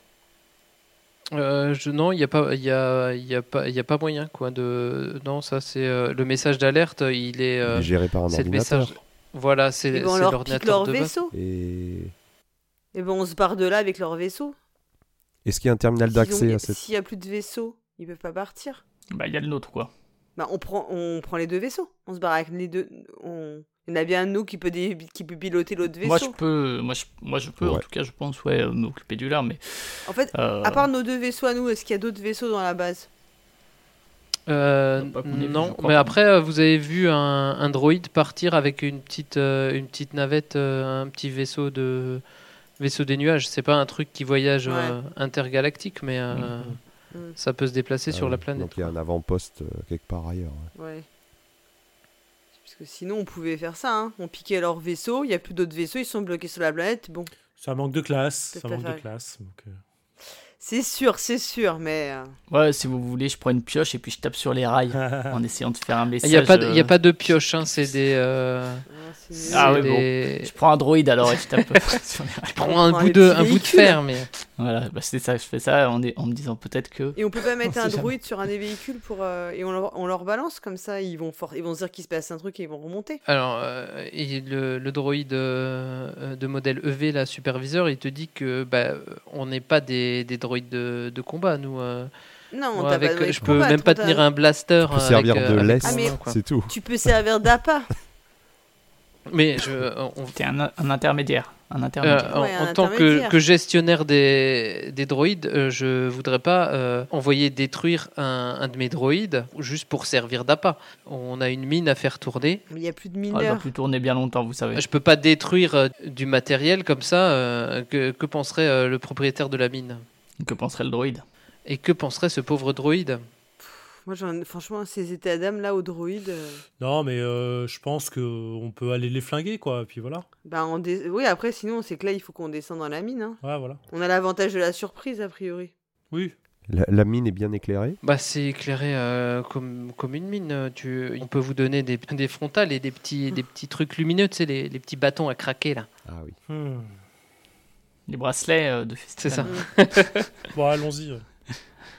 Speaker 1: euh, je, non, il n'y a pas, il y a, il y a pas, il y a pas moyen quoi de. Non, ça c'est euh, le message d'alerte. Il est. euh,
Speaker 5: Il est géré par un
Speaker 1: c'est le
Speaker 5: ordinateur.
Speaker 1: message. Voilà,
Speaker 2: Et
Speaker 1: c'est
Speaker 2: ben, on
Speaker 1: c'est
Speaker 2: leur pique
Speaker 1: l'ordinateur
Speaker 2: leur
Speaker 1: de base.
Speaker 2: vaisseau.
Speaker 5: Et.
Speaker 2: Et ben on se barre de là avec leur vaisseau.
Speaker 5: Est-ce qu'il y a un terminal
Speaker 2: S'ils ont- S'il
Speaker 5: d'accès
Speaker 2: n'y
Speaker 5: à cette.
Speaker 2: a plus de vaisseau, ils peuvent pas partir.
Speaker 4: Bah, il y a le nôtre, quoi.
Speaker 2: Bah on prend, on prend les deux vaisseaux. On se barre avec les deux. On... Il y en a bien un de nous qui peut, dé- qui peut piloter l'autre vaisseau.
Speaker 4: Moi, je peux, moi, je, moi, je peux, en
Speaker 5: Ouais.
Speaker 4: tout cas, je pense, ouais, euh, m'occuper du lard, mais.
Speaker 2: En fait,
Speaker 4: euh,
Speaker 2: à part nos deux vaisseaux à nous, est-ce qu'il y a d'autres vaisseaux dans la base
Speaker 1: Euh,
Speaker 4: Bah, Pas qu'on ait vu, je
Speaker 1: non,
Speaker 4: crois
Speaker 1: mais
Speaker 4: pas.
Speaker 1: après euh, vous avez vu un, un droïde partir avec une petite, euh, une petite navette, euh, un petit vaisseau de vaisseau des nuages. C'est pas un truc qui voyage euh, intergalactique, mais euh,
Speaker 2: Mhm.
Speaker 1: ça peut se déplacer sur
Speaker 5: Ah
Speaker 1: la
Speaker 5: oui,
Speaker 1: planète.
Speaker 5: Donc il y a un avant-poste euh, quelque part ailleurs. ouais.
Speaker 2: Ouais. Parce que sinon, on pouvait faire ça. hein. On piquait leur vaisseau. Il n'y a plus d'autres vaisseaux. Ils sont bloqués sur la planète. Bon,
Speaker 3: Ça manque de classe.
Speaker 2: Tout
Speaker 3: Ça
Speaker 2: à
Speaker 3: manque de
Speaker 2: fait.
Speaker 3: classe. donc, euh,
Speaker 2: c'est sûr, c'est sûr. Mais euh,
Speaker 4: Ouais, si vous voulez, je prends une pioche et puis je tape sur les rails
Speaker 3: euh. Ah.
Speaker 4: en essayant de faire un
Speaker 1: Il
Speaker 4: message.
Speaker 1: n'y a, pas de-
Speaker 4: euh,
Speaker 1: il y a pas de pioche, hein, c'est des. euh,
Speaker 2: hein, c'est
Speaker 1: c'est
Speaker 2: nul.
Speaker 4: Ah ouais,
Speaker 1: des-
Speaker 4: Je prends un droïde alors et je tape euh, sur les rails.
Speaker 1: Je prends un,
Speaker 2: prend
Speaker 1: bout
Speaker 2: les
Speaker 1: de,
Speaker 2: petits
Speaker 1: un bout de
Speaker 2: véhicules.
Speaker 1: fer, mais.
Speaker 4: Voilà, bah, c'est ça, je fais ça en, en me disant peut-être que.
Speaker 2: Et on peut pas mettre
Speaker 4: On
Speaker 2: un
Speaker 4: sait jamais.
Speaker 2: droïde sur un des véhicules pour euh, et on leur, on leur balance comme ça. Ils vont for- ils vont se dire qu'il se passe un truc et ils vont remonter.
Speaker 1: Alors, euh, et le, le droïde euh, de modèle EV, la superviseur, il te dit que bah, on n'est pas des, des droïdes de, de combat, nous. euh.
Speaker 2: Non,
Speaker 1: Moi,
Speaker 2: t'as
Speaker 1: avec-
Speaker 2: pas de
Speaker 1: je peux même pas tenir un blaster.
Speaker 5: On peut
Speaker 1: euh,
Speaker 5: servir
Speaker 1: avec,
Speaker 5: de
Speaker 1: euh, avec
Speaker 5: lest,
Speaker 1: mon
Speaker 2: Ah,
Speaker 1: main, quoi.
Speaker 5: c'est tout.
Speaker 2: Tu peux servir d'appât.
Speaker 1: Mais je, euh, on-
Speaker 4: T'es un, un intermédiaire.
Speaker 2: Ah,
Speaker 4: Un
Speaker 1: Euh,
Speaker 4: intermédiaire.
Speaker 1: en,
Speaker 2: Ouais, un
Speaker 1: en tant que,
Speaker 2: intermédiaire.
Speaker 1: que gestionnaire des, des droïdes, euh, je voudrais pas euh, envoyer détruire un, un de mes droïdes juste pour servir d'appât. On a une mine à faire tourner.
Speaker 2: Mais il y a plus de
Speaker 4: Ah,
Speaker 1: bah.
Speaker 4: elle va
Speaker 2: mineurs.
Speaker 4: plus tourner bien longtemps, vous savez.
Speaker 1: Je peux pas détruire euh, du matériel comme ça. euh, que, que penserait euh, le propriétaire de la mine
Speaker 4: Que penserait le droïde
Speaker 1: Et que penserait ce pauvre droïde
Speaker 2: Moi, j'en- franchement, ces états d'âme là aux droïdes. euh,
Speaker 3: non, mais euh, je pense que on peut aller les flinguer, quoi. Et puis voilà.
Speaker 2: Bah, on dé- oui, après, sinon, c'est que là, il faut qu'on descende dans la mine. hein.
Speaker 3: Ouais, voilà.
Speaker 2: On a l'avantage de la surprise, a priori.
Speaker 3: Oui.
Speaker 5: La, la mine est bien éclairée.
Speaker 1: Bah, c'est éclairé euh, comme, comme une mine. euh, Tu, on peut vous donner des, des frontales et des petits, des petits trucs lumineux, tu sais, les, les petits bâtons à craquer là.
Speaker 5: Ah oui.
Speaker 3: Hmm.
Speaker 4: Les bracelets euh, de festival.
Speaker 1: C'est ça.
Speaker 3: Bon, allons-y.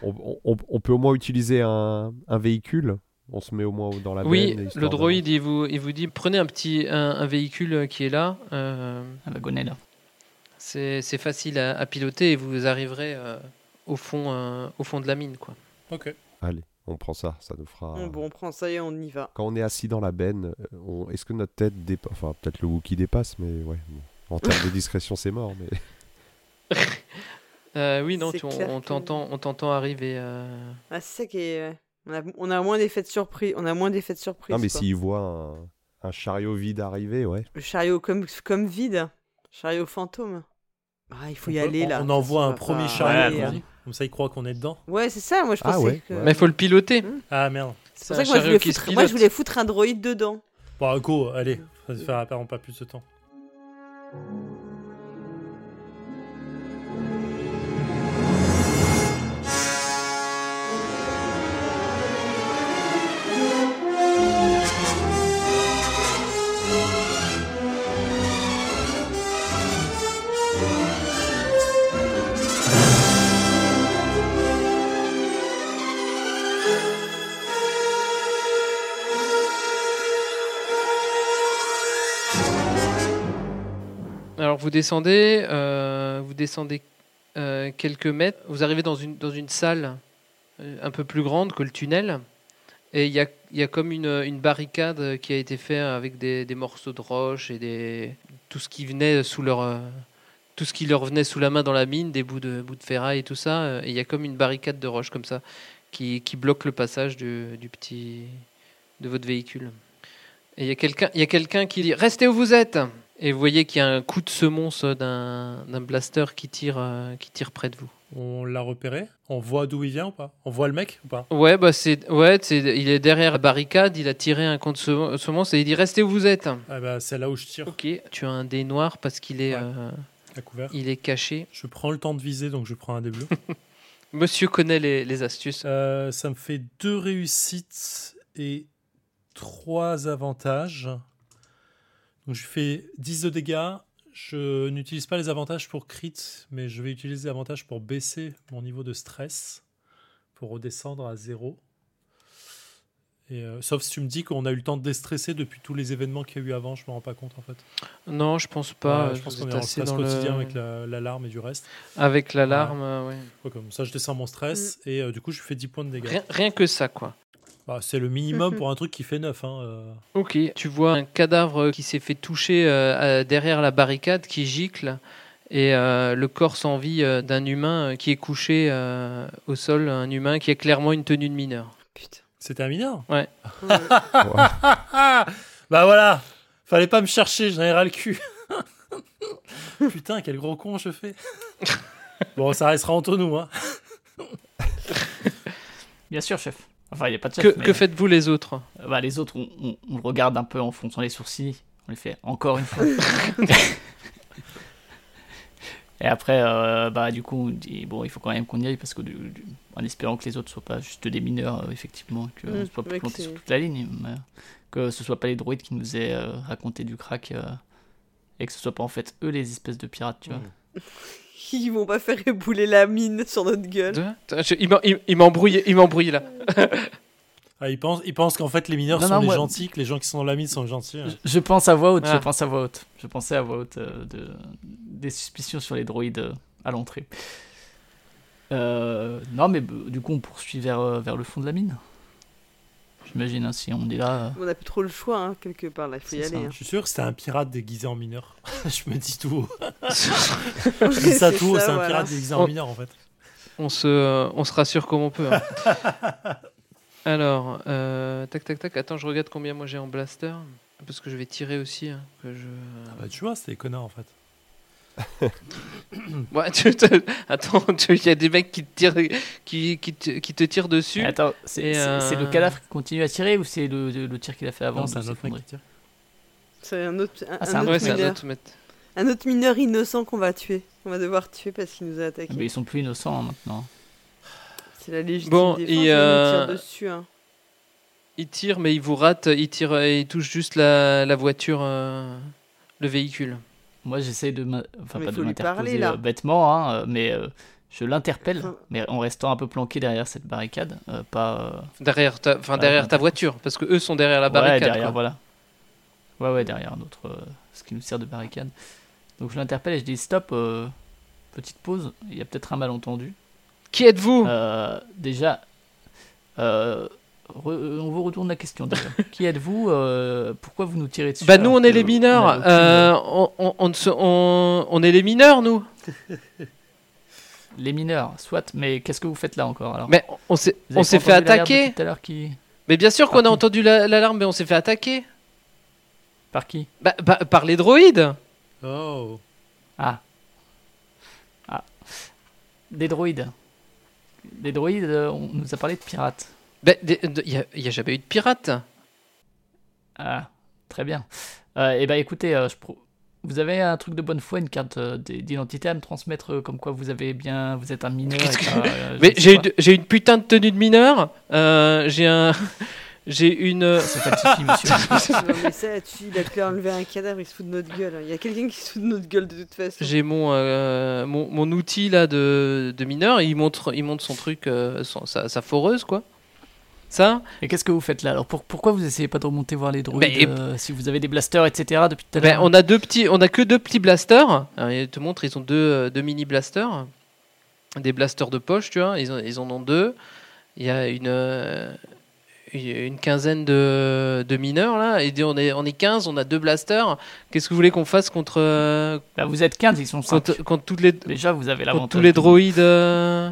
Speaker 5: On, on- on- on peut au moins utiliser un, un véhicule. On se met au moins dans la
Speaker 1: Oui,
Speaker 5: benne, histoire
Speaker 1: le
Speaker 5: d'avoir-
Speaker 1: droïde, il vous, il vous dit prenez un petit un, un véhicule qui est là. euh,
Speaker 4: Un wagonnet, là.
Speaker 1: c'est c'est facile à, à piloter et vous arriverez euh, au, fond, euh, au fond de la mine. Quoi.
Speaker 3: Ok.
Speaker 5: Allez, On prend ça, ça nous
Speaker 1: Ah.
Speaker 5: fera.
Speaker 2: Bon, on prend ça et on y va.
Speaker 5: Quand on est assis dans la benne, euh, on- est-ce que notre tête dépasse Enfin, peut-être le Wookie dépasse, mais ouais. bon. En termes de discrétion, c'est mort. Mais
Speaker 1: Euh, oui, non,
Speaker 2: C'est
Speaker 1: tu- on,
Speaker 2: clair
Speaker 1: on
Speaker 2: que-
Speaker 1: t'entend, on t'entend arriver. euh,
Speaker 2: Ah, c'est ça qui est. ouais. On a, on a moins d'effets de surprise. On a moins d'effets de surprise.
Speaker 5: non, mais
Speaker 2: quoi.
Speaker 5: s'il voit un, un chariot vide arriver, ouais.
Speaker 2: Le chariot comme, comme vide. Chariot fantôme. Ah, il faut y
Speaker 3: On peut-
Speaker 2: aller
Speaker 3: on-
Speaker 2: là.
Speaker 3: On envoie
Speaker 2: Ça
Speaker 3: un
Speaker 2: va
Speaker 3: premier
Speaker 2: pas
Speaker 3: chariot,
Speaker 2: aller,
Speaker 3: comme,
Speaker 2: hein.
Speaker 3: comme ça ils croient qu'on est dedans.
Speaker 2: Ouais, c'est ça. Moi, je
Speaker 5: Ah,
Speaker 2: pensais
Speaker 5: ouais,
Speaker 2: que.
Speaker 5: ouais.
Speaker 1: Mais il faut le piloter.
Speaker 3: Ah merde.
Speaker 2: C'est
Speaker 1: un
Speaker 2: pour ça que moi je, voulais
Speaker 1: chariot qui se
Speaker 2: foutre, moi, je
Speaker 1: pilote.
Speaker 2: voulais foutre un droïde dedans.
Speaker 3: Bon, go, allez, ça se faire apparemment pas plus de temps.
Speaker 1: Alors vous descendez, euh, vous descendez euh, quelques mètres, vous arrivez dans une, dans une salle euh, un peu plus grande que le tunnel, et il y a, il y a comme une, une barricade qui a été faite avec des, des morceaux de roche et des, tout ce qui venait sous leur... euh, tout ce qui leur venait sous la main dans la mine, des bouts de, bouts de ferraille et tout ça, euh, et il y a comme une barricade de roche comme ça qui, qui bloque le passage du, du petit de votre véhicule. Et il y a quelqu'un, il y a quelqu'un qui dit restez où vous êtes. Et vous voyez qu'il y a un coup de semonce d'un d'un blaster qui tire, euh, qui tire près de vous.
Speaker 3: On l'a repéré On voit d'où il vient ou pas On voit le mec ou pas
Speaker 1: Ouais, bah c'est, ouais, c'est, il est derrière la barricade, il a tiré un coup de semo- semonce et il dit restez où vous êtes.
Speaker 3: Ah bah c'est là où je tire,
Speaker 1: Ok, tu as un dé noir parce qu'il est,
Speaker 3: Ouais.
Speaker 1: euh,
Speaker 3: à couvert.
Speaker 1: il est caché.
Speaker 3: Je prends le temps de viser, donc je prends un des bleus.
Speaker 1: Monsieur connaît les, les astuces.
Speaker 3: Euh, ça me fait deux réussites et trois avantages. Donc je fais 10 de dégâts. Je n'utilise pas les avantages pour crit, mais je vais utiliser les avantages pour baisser mon niveau de stress, pour redescendre à zéro. Et euh, sauf si tu me dis qu'on a eu le temps de déstresser depuis tous les événements qu'il y a eu avant, je me rends pas compte en fait.
Speaker 1: Non, je pense pas.
Speaker 3: Ouais, je pense
Speaker 1: Vous
Speaker 3: qu'on
Speaker 1: êtes
Speaker 3: est en
Speaker 1: assez
Speaker 3: stress
Speaker 1: dans le-
Speaker 3: quotidien avec la- l'alarme et du reste.
Speaker 1: avec l'alarme. euh, ouais.
Speaker 3: Ouais, comme ça, je descends mon stress et euh, du coup, je fais 10 points de dégâts.
Speaker 1: Rien, rien que ça, quoi.
Speaker 3: Bah, c'est le minimum pour un truc qui fait 9. Hein. euh.
Speaker 1: Ok, tu vois un cadavre qui s'est fait toucher euh, à- derrière la barricade qui gicle et euh, le corps sans vie euh, d'un humain euh, qui est couché euh, au sol, un humain qui a clairement une tenue de mineur.
Speaker 2: Putain.
Speaker 3: C'était un mineur
Speaker 2: Ouais.
Speaker 3: Bah voilà Fallait pas me chercher, j'en ai ras le cul. Putain, quel gros con je fais. bon, ça restera entre nous. Hein.
Speaker 4: Bien sûr, chef. Enfin, il n'y a pas de chef.
Speaker 1: Que,
Speaker 4: mais,
Speaker 1: que faites-vous les autres
Speaker 4: euh, bah, les autres, on, on- on le regarde un peu en fronçant les sourcils. On les fait encore une fois. Et après, euh, bah, du coup, on dit bon, il faut quand même qu'on y aille parce que, du- du- en espérant que les autres soient pas juste des mineurs, euh, effectivement, et qu'on
Speaker 2: Mm,
Speaker 4: soit pas
Speaker 2: ouais, que
Speaker 4: planté
Speaker 2: c'est-
Speaker 4: sur toute la ligne, mais, euh, que ce soit pas les droïdes qui nous aient euh, raconté du crack euh, et que ce soit pas en fait eux les espèces de pirates, tu vois.
Speaker 2: Ils vont pas faire ébouler la mine sur notre gueule.
Speaker 1: Deux Je- Il m'en- il- il m'embrouille, il m'embrouille là.
Speaker 3: Ah, ils pensent, ils pensent qu'en fait, les mineurs
Speaker 4: Non,
Speaker 3: sont
Speaker 4: non,
Speaker 3: les
Speaker 4: moi-
Speaker 3: gentils, que les gens qui sont dans la mine sont les gentils. hein.
Speaker 4: Je- Je pense à voix haute,
Speaker 1: Ah.
Speaker 4: je pense à voix haute. Je pensais à voix haute euh, de, des suspicions sur les droïdes euh, à l'entrée. Euh, non, mais b- du coup, on poursuit vers, euh, vers le fond de la mine. J'imagine, hein, si on est là. euh,
Speaker 2: On a plus trop le choix, hein, quelque part. Là, il faut y
Speaker 4: C'est ça.
Speaker 2: aller. hein.
Speaker 3: Je suis sûr que c'est un pirate déguisé en mineur. je me dis tout haut. Je dis
Speaker 2: hein. C'est
Speaker 3: ça tout haut, c'est un
Speaker 2: voilà.
Speaker 3: pirate déguisé en
Speaker 1: On-
Speaker 3: mineur en fait.
Speaker 1: On se, euh, on se rassure comme on peut. hein. Alors, euh, tac tac tac, attends, je regarde combien moi j'ai en blaster. Parce que je vais tirer aussi. hein, que je...
Speaker 3: Ah bah, tu vois, c'est des connards en fait.
Speaker 1: Ouais, tu- tu- Attends, tu- il y a des mecs qui te tirent, qui, qui te, qui te tirent dessus.
Speaker 4: Attends, c'est
Speaker 1: Et,
Speaker 4: c'est- c'est
Speaker 1: euh,
Speaker 4: le cadavre qui continue à tirer ou c'est le, le- le tir qu'il a fait avant
Speaker 3: Non,
Speaker 4: de
Speaker 3: c'est un autre mec
Speaker 4: s'effondrer
Speaker 3: qui tire.
Speaker 2: C'est un autre, un,
Speaker 4: Ah, c'est
Speaker 2: un
Speaker 4: un-
Speaker 2: autre
Speaker 1: ouais, c'est un
Speaker 2: mineur.
Speaker 1: autre maître.
Speaker 2: Un autre mineur innocent qu'on va tuer. On va devoir tuer parce qu'il nous a attaqué.
Speaker 4: Ah, Mais ils sont plus innocents hein, maintenant.
Speaker 2: C'est la légitime
Speaker 1: Bon, et,
Speaker 2: défense. mais on
Speaker 1: euh,
Speaker 2: tire dessus. hein.
Speaker 1: Il tire, mais il vous rate. Il tire et il touche euh, juste la, la voiture, euh, le véhicule.
Speaker 4: Moi, j'essaie de m'in- enfin
Speaker 2: Mais
Speaker 4: pas
Speaker 2: faut
Speaker 4: de
Speaker 2: lui parler,
Speaker 4: m'interposer
Speaker 2: là.
Speaker 4: euh, bêtement, hein, euh, mais euh, je l'interpelle,
Speaker 2: Enfin-
Speaker 4: mais en restant un peu planqué derrière cette barricade, euh, pas. euh,
Speaker 1: Derrière ta, enfin,
Speaker 4: Ouais,
Speaker 1: derrière
Speaker 4: ouais.
Speaker 1: ta voiture, parce que eux sont derrière la
Speaker 4: ouais,
Speaker 1: barricade.
Speaker 4: derrière,
Speaker 1: quoi.
Speaker 4: voilà. Ouais, ouais, derrière notre, euh, ce qui nous sert de barricade. Donc je l'interpelle et je dis stop, euh, petite pause, il y a peut-être un malentendu.
Speaker 1: Qui êtes-vous
Speaker 4: Euh, déjà, Euh, re- on vous retourne la question déjà. Qui êtes-vous euh, Pourquoi vous nous tirez dessus
Speaker 1: Bah nous
Speaker 4: alors
Speaker 1: on est
Speaker 4: que
Speaker 1: les mineurs,
Speaker 4: on a
Speaker 1: Euh, on, on- on ne se- on- on est les mineurs nous.
Speaker 4: aucune- Les mineurs, soit, mais qu'est-ce que vous faites là encore alors
Speaker 1: Mais on- on s'est
Speaker 4: Vous avez
Speaker 1: on
Speaker 4: pas
Speaker 1: s'est fait
Speaker 4: entendu Ah. l'alerte
Speaker 1: attaquer.
Speaker 4: depuis Tout à l'heure, qui
Speaker 1: Mais bien sûr qu'on a
Speaker 4: Par qui
Speaker 1: entendu la- l'alarme, mais on s'est fait attaquer.
Speaker 4: Par qui
Speaker 1: Bah, bah, par les droïdes.
Speaker 3: Oh.
Speaker 4: Ah. Ah. Des droïdes. Des droïdes, euh, on nous a parlé de pirates.
Speaker 1: Bah, il y a, y a jamais eu de pirates.
Speaker 4: Ah, très bien. et bah écoutez, euh, je pro- vous avez un truc de bonne foi, une carte euh, d- d'identité à me transmettre, euh, comme quoi vous avez bien, vous êtes un mineur. et
Speaker 1: Qu'est-ce que-
Speaker 4: pas, euh, je
Speaker 1: Mais
Speaker 4: sais
Speaker 1: j'ai
Speaker 4: pas.
Speaker 1: une, j'ai une putain de tenue de mineur. euh, j'ai un, j'ai une. euh,
Speaker 4: C'est Patifi, monsieur.
Speaker 2: Non, mais ça, tu, il a clair enlevé un cadavre, il se fout de notre gueule. hein. Il y a quelqu'un qui se fout de notre gueule de toute façon.
Speaker 1: J'ai mon, euh, mon, mon outil là de, de mineur, il montre, il montre son truc, euh, son- sa, sa foreuse quoi. Ça
Speaker 4: Et qu'est-ce que vous faites là Alors pour- pourquoi vous essayez pas de remonter voir les
Speaker 1: Mais-
Speaker 4: droïdes euh, si vous avez des blasters, etc. depuis tout à
Speaker 1: ben,
Speaker 4: l'heure
Speaker 1: on, a deux petits, on a que deux petits blasters. Alors, il te montre, ils ont deux, euh, deux mini blasters. Des blasters de poche, tu vois. Ils, en- ils en ont deux. Il y a une, euh, une, une quinzaine de, de mineurs là. Et on est, on est 15, on a deux blasters. Qu'est-ce que vous voulez qu'on fasse contre, euh,
Speaker 4: Là, vous êtes 15, ils sont 5.
Speaker 1: contre, contre toutes les,
Speaker 4: Déjà, vous avez
Speaker 1: contre
Speaker 4: l'avantage.
Speaker 1: euh, tous les droïdes euh,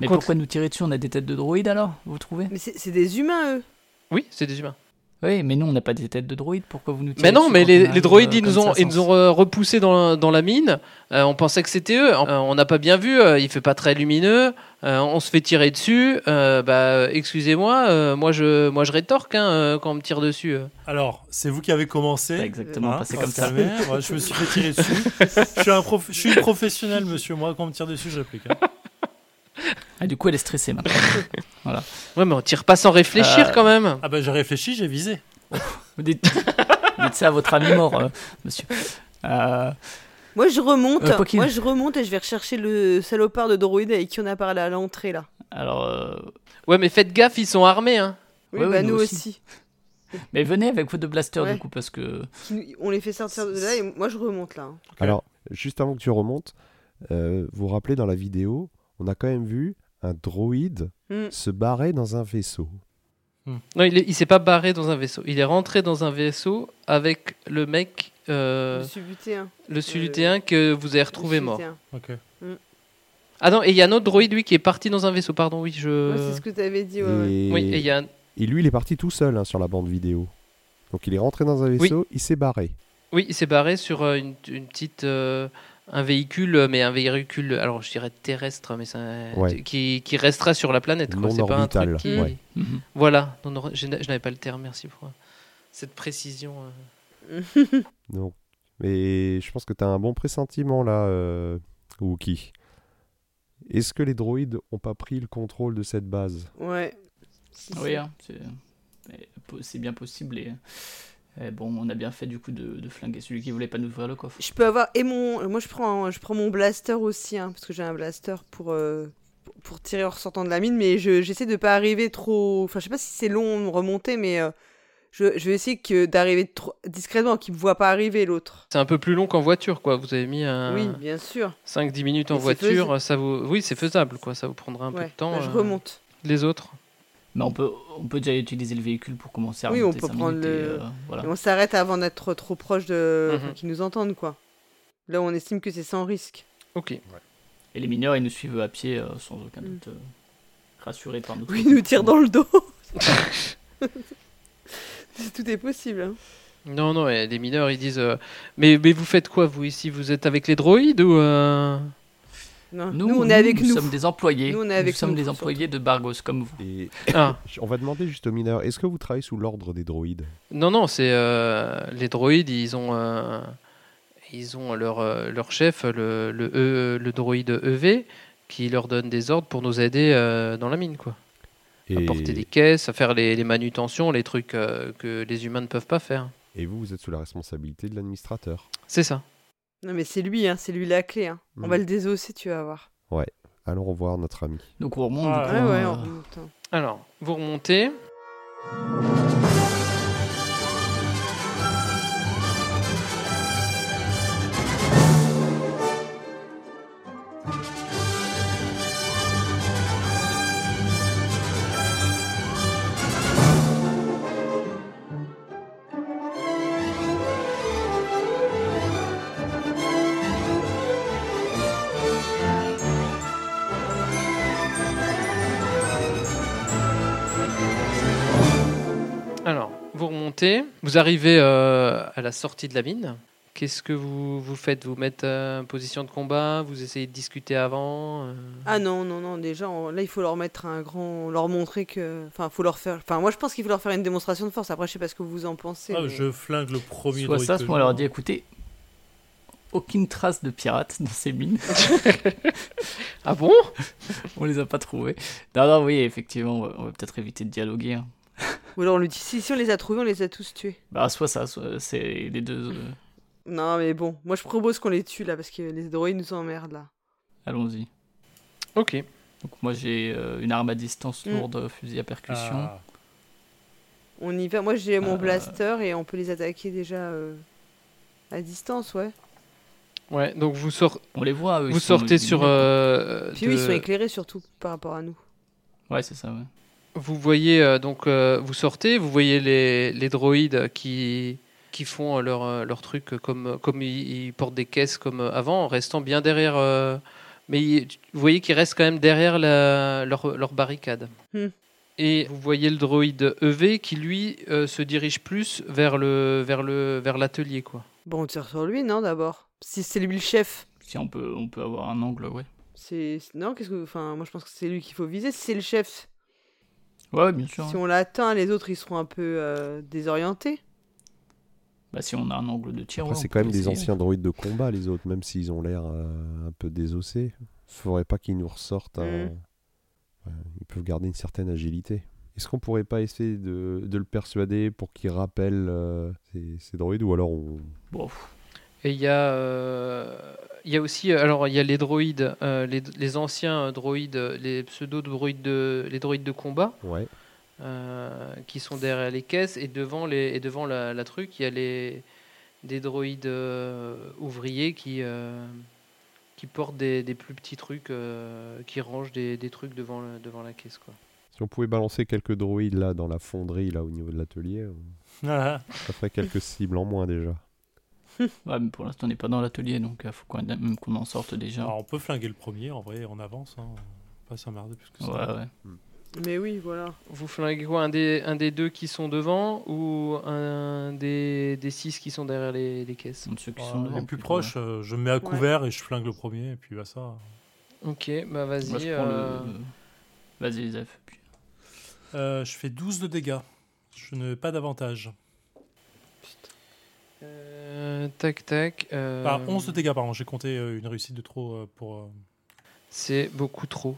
Speaker 4: Mais
Speaker 1: contre-
Speaker 4: pourquoi nous tirer dessus On a des têtes de droïdes alors Vous trouvez
Speaker 2: Mais c'est c'est des humains, eux.
Speaker 1: Oui, c'est des humains.
Speaker 4: Oui, mais nous, on n'a pas des têtes de droïdes. Pourquoi vous nous tirez
Speaker 1: Mais non,
Speaker 4: dessus
Speaker 1: mais
Speaker 4: quand on
Speaker 1: les,
Speaker 4: arrive,
Speaker 1: les droïdes,
Speaker 4: euh,
Speaker 1: ils nous
Speaker 4: comme
Speaker 1: ont,
Speaker 4: ça,
Speaker 1: ils nous
Speaker 4: sans-
Speaker 1: ont euh, repoussés dans, la- dans la mine. Euh, on pensait que c'était eux. Euh, on n'a pas bien vu. euh, il fait pas très lumineux. Euh, on se fait tirer dessus. Euh, bah, excusez-moi. euh, moi, je, moi, je rétorque hein, euh, quand on me tire dessus. euh.
Speaker 3: Alors, c'est vous qui avez commencé.
Speaker 4: Pas exactement,
Speaker 3: Hein,
Speaker 4: pas c'est
Speaker 3: ah,
Speaker 4: comme
Speaker 3: ta
Speaker 4: ça.
Speaker 3: mère, ouais, je me suis fait tirer dessus. je, suis un prof- je suis une professionnelle, monsieur. Moi, quand on me tire dessus, je réplique. hein.
Speaker 4: Ah, du coup, elle est stressée maintenant.
Speaker 1: Ouais, mais on tire pas sans réfléchir
Speaker 4: Euh,
Speaker 1: quand même.
Speaker 3: Ah bah, j'ai réfléchi, j'ai visé.
Speaker 4: Vous dites, vous dites ça à votre ami mort, euh, monsieur. Euh,
Speaker 2: Moi, je remonte.
Speaker 4: Euh, quoi qu'il-
Speaker 2: Moi, je remonte et je vais rechercher le salopard de droïde avec qui on a parlé à l'entrée, là.
Speaker 4: alors, euh,
Speaker 1: Ouais, mais faites gaffe, ils sont armés. hein.
Speaker 2: Oui,
Speaker 4: Ouais,
Speaker 2: bah,
Speaker 4: ouais,
Speaker 2: nous
Speaker 4: nous aussi.
Speaker 2: aussi.
Speaker 4: mais venez avec vos deux blasters
Speaker 2: Ouais.
Speaker 4: du coup, parce que
Speaker 2: Qui nous- On les fait sortir de là et moi, je remonte, là. hein.
Speaker 5: Alors, juste avant que tu remontes, euh, vous vous rappelez dans la vidéo, on a quand même vu un droïde
Speaker 4: Euh,
Speaker 2: Hmm.
Speaker 5: se barrer dans un vaisseau.
Speaker 1: Non, il, est- il s'est pas barré dans un vaisseau. Il est rentré dans un vaisseau avec le mec, euh,
Speaker 2: Le subutéen.
Speaker 1: le sulutéen que vous avez retrouvé
Speaker 2: Le
Speaker 1: mort.
Speaker 2: subutéen.
Speaker 3: Ok.
Speaker 1: Ah non, et il y a un autre droïde lui qui est parti dans un vaisseau. Pardon, oui,
Speaker 2: Ouais,
Speaker 1: je.
Speaker 4: Euh,
Speaker 2: c'est ce que t'avais dit, ouais, ouais.
Speaker 5: Et...
Speaker 1: Oui, et il y a un-
Speaker 5: et lui, il est parti tout seul hein, sur la bande vidéo. Donc il est rentré dans un vaisseau, il s'est barré.
Speaker 1: Oui, il s'est barré sur euh, une, une petite. euh, un véhicule, euh, mais un véhicule, alors je dirais terrestre, mais ça,
Speaker 5: Ouais.
Speaker 1: qui, qui restera sur la planète. quoi.
Speaker 5: Non
Speaker 1: C'est pas un truc
Speaker 5: orbital,
Speaker 1: qui-
Speaker 5: ouais.
Speaker 4: Mhm.
Speaker 1: Voilà, non, non, je n'a- je n'avais pas le terme, merci pour euh, cette précision. euh.
Speaker 5: Non. Mais je pense que tu as un bon pressentiment là, euh, Wookie. Est-ce que les droïdes ont pas pris le contrôle de cette base
Speaker 2: Ouais. Si, si.
Speaker 4: oui, hein, c'est- mais po- c'est bien possible. Et, et bon, on a bien fait du coup de, de flinguer celui qui voulait pas nous ouvrir le coffre.
Speaker 2: Je peux avoir et mon moi je prends je prends mon blaster aussi hein, parce que j'ai un blaster pour euh, pour tirer en ressortant de la mine mais je- j'essaie de pas arriver trop enfin je sais pas si c'est long de remonter mais euh, je, je vais essayer que d'arriver trop discrètement qu'il me voit pas arriver l'autre.
Speaker 1: C'est un peu plus long qu'en voiture, quoi. Vous avez mis un
Speaker 2: Oui, bien sûr.
Speaker 1: 5-10 minutes en
Speaker 2: Mais c'est
Speaker 1: voiture, ça vous... Oui, c'est faisable, quoi. Ça vous prendra un peu
Speaker 2: Ouais.
Speaker 1: de temps.
Speaker 2: Bah, je
Speaker 1: euh,
Speaker 2: remonte.
Speaker 1: Les autres
Speaker 4: Mais on peut, on peut déjà utiliser le véhicule pour commencer à
Speaker 2: Oui, on
Speaker 4: remonter
Speaker 2: peut
Speaker 4: cinq
Speaker 2: prendre
Speaker 4: minutes et,
Speaker 2: le-
Speaker 4: euh, voilà.
Speaker 2: Et on s'arrête avant d'être trop proche de enfin,
Speaker 1: Mhm.
Speaker 2: qu'ils nous entendent quoi. Là on estime que c'est sans risque.
Speaker 1: Ok.
Speaker 4: Et les mineurs, ils nous suivent à pied euh, sans aucun doute, euh, rassurés par nous.
Speaker 2: Mm. Oui, ils nous tirent dans le dos. Tout est possible. hein.
Speaker 1: Non, non, et les mineurs, ils disent... euh, mais, mais vous faites quoi, vous, ici Vous êtes avec les droïdes ou... euh
Speaker 2: Non. Nous, on est avec
Speaker 4: sommes des employés.
Speaker 2: Nous, on est avec
Speaker 4: sommes
Speaker 2: nous,
Speaker 4: des
Speaker 2: surtout.
Speaker 4: employés de Bargos comme vous.
Speaker 5: Et
Speaker 1: Ah.
Speaker 5: on va demander juste aux mineurs, est-ce que vous travaillez sous l'ordre des droïdes
Speaker 1: Non, non, c'est euh, les droïdes, ils ont, euh, ils ont leur, euh, leur chef, le, le, E- le droïde EV, qui leur donne des ordres pour nous aider euh, dans la mine, quoi.
Speaker 5: et...
Speaker 1: À porter des caisses, à faire les, les manutentions, les trucs euh, que les humains ne peuvent pas faire.
Speaker 5: et vous, vous êtes sous la responsabilité de l'administrateur.
Speaker 1: C'est ça.
Speaker 2: Non mais c'est lui, hein, c'est lui la clé. hein. On
Speaker 5: Mhm.
Speaker 3: Mm.
Speaker 2: va le désosser, tu vas voir.
Speaker 5: Allons revoir notre ami.
Speaker 4: Donc on remonte.
Speaker 3: Ah,
Speaker 4: du coup,
Speaker 2: Ouais, ouais,
Speaker 4: euh,
Speaker 2: on remonte. hein.
Speaker 1: Alors, vous remontez. sécurité. Vous arrivez euh, à la sortie de la mine. Qu'est-ce que vous, vous faites Vous mettez euh, en position de combat Vous essayez de discuter avant euh,
Speaker 2: Ah non, non, non, déjà, on- là, il faut leur mettre un grand. leur montrer que. Enfin, faut leur faire. Enfin, moi, je pense qu'il faut leur faire une démonstration de force. Après, je sais pas ce que vous en pensez.
Speaker 3: Ah,
Speaker 2: mais-
Speaker 3: je flingue le premier
Speaker 4: Soit
Speaker 3: droïde
Speaker 4: ça,
Speaker 3: que
Speaker 4: soit on
Speaker 3: je
Speaker 4: leur
Speaker 3: vois.
Speaker 4: dit écoutez, aucune trace de pirates dans ces mines.
Speaker 1: Ah bon
Speaker 4: on les a pas trouvés. Non, non, oui, effectivement, on va, on va peut-être éviter de dialoguer. hein.
Speaker 2: Ou alors, on lui dit si, si on les a trouvés, on les a tous tués.
Speaker 4: Bah, soit ça, soit c'est les deux. euh,
Speaker 2: Non, mais bon, moi, je propose qu'on les tue là, parce que les droïdes nous emmerdent là.
Speaker 4: Allons-y.
Speaker 1: Ok.
Speaker 4: Donc, moi, j'ai euh, une arme à distance
Speaker 2: Mm.
Speaker 4: lourde, euh, fusil à percussion.
Speaker 3: Ah.
Speaker 2: On y va. Moi, j'ai mon
Speaker 4: Euh.
Speaker 2: blaster et on peut les attaquer déjà euh, à distance, ouais.
Speaker 1: Ouais, donc vous, sor-
Speaker 4: On les voit, eux, ils
Speaker 1: vous
Speaker 4: sont
Speaker 1: sortez sur.
Speaker 4: illuminés.
Speaker 1: euh,
Speaker 2: Puis eux, ils
Speaker 1: de-
Speaker 2: sont éclairés surtout par rapport à nous.
Speaker 1: euh,
Speaker 4: Ouais, c'est ça, ouais.
Speaker 1: Vous voyez euh, donc euh, vous sortez, vous voyez les, les droïdes qui qui font euh, leur euh, leur truc euh, comme comme ils, ils portent des caisses comme euh, avant en restant bien derrière euh, mais ils- vous voyez qu'ils restent quand même derrière la- leur, leur barricade.
Speaker 2: Hmm.
Speaker 1: Et vous voyez le droïde EV qui lui euh, se dirige plus vers le vers le vers l'atelier quoi.
Speaker 2: Bon, on tire sur lui, non, d'abord Si c'est lui le chef.
Speaker 4: Si on peut, on peut avoir un angle, ouais.
Speaker 2: C'est. Non, qu'est-ce que. Enfin, moi, je pense que c'est lui qu'il faut viser. Si c'est le chef,
Speaker 4: Ouais, ouais, bien sûr.
Speaker 2: si
Speaker 4: ouais.
Speaker 2: on l'atteint, les autres, ils seront un peu euh, désorientés.
Speaker 4: Bah, si on a un angle de tir,
Speaker 5: Après,
Speaker 4: ouais, on
Speaker 5: c'est quand
Speaker 4: peut
Speaker 5: même des
Speaker 4: essayer.
Speaker 5: anciens droïdes de combat, les autres, même s'ils ont l'air euh, un peu désossés. Faudrait pas qu'ils nous ressortent. un-
Speaker 2: Mm.
Speaker 5: Ouais, ils peuvent garder une certaine agilité. Est-ce qu'on pourrait pas essayer de, de le persuader pour qu'il rappelle euh, ces, ces droïdes ou alors on.
Speaker 4: Bon, pff,
Speaker 1: Et il y a, euh, il y a aussi, euh, alors il y a les droïdes, euh, les, les anciens euh, droïdes, euh, les pseudo droïdes de, les droïdes de combat
Speaker 5: Ouais.
Speaker 1: euh, qui sont derrière les caisses et devant les, et devant la, la truc, il y a les des droïdes euh, ouvriers qui euh, qui portent des, des plus petits trucs, euh, qui rangent des, des trucs devant le- devant la caisse quoi.
Speaker 5: Si on pouvait balancer quelques droïdes là dans la fonderie là au niveau de l'atelier, on-
Speaker 3: Ah,
Speaker 5: ça ferait quelques cibles en moins déjà.
Speaker 4: ouais, mais pour l'instant, on n'est pas dans l'atelier, donc il faut quand même qu'on en sorte déjà.
Speaker 3: alors, on peut flinguer le premier, en vrai, on avance. Hein. On va Pas s'emmerder plus que ça.
Speaker 4: ouais, ouais.
Speaker 2: Mais oui, voilà.
Speaker 1: Vous flinguez quoi un des, un des deux qui sont devant ou un des, des six qui sont derrière les, les caisses
Speaker 4: Donc, ceux qui
Speaker 3: Ouais,
Speaker 4: sont
Speaker 3: Ah, les
Speaker 4: devant,
Speaker 3: plus
Speaker 4: plutôt,
Speaker 3: proches, euh, je me mets à couvert et je flingue le premier, et puis bah ça.
Speaker 1: Ok, bah
Speaker 4: ouais.
Speaker 1: vas-y.
Speaker 4: Moi, je prends le-
Speaker 1: euh,
Speaker 4: le- Vas-y, les F. puis-
Speaker 3: Euh, je fais 12 de dégâts. Je n'ai pas d'avantage.
Speaker 1: Euh, tac tac. euh,
Speaker 3: Ah, 11 de dégâts, pardon, j'ai compté euh, une réussite de trop euh, pour. euh,
Speaker 1: C'est beaucoup trop.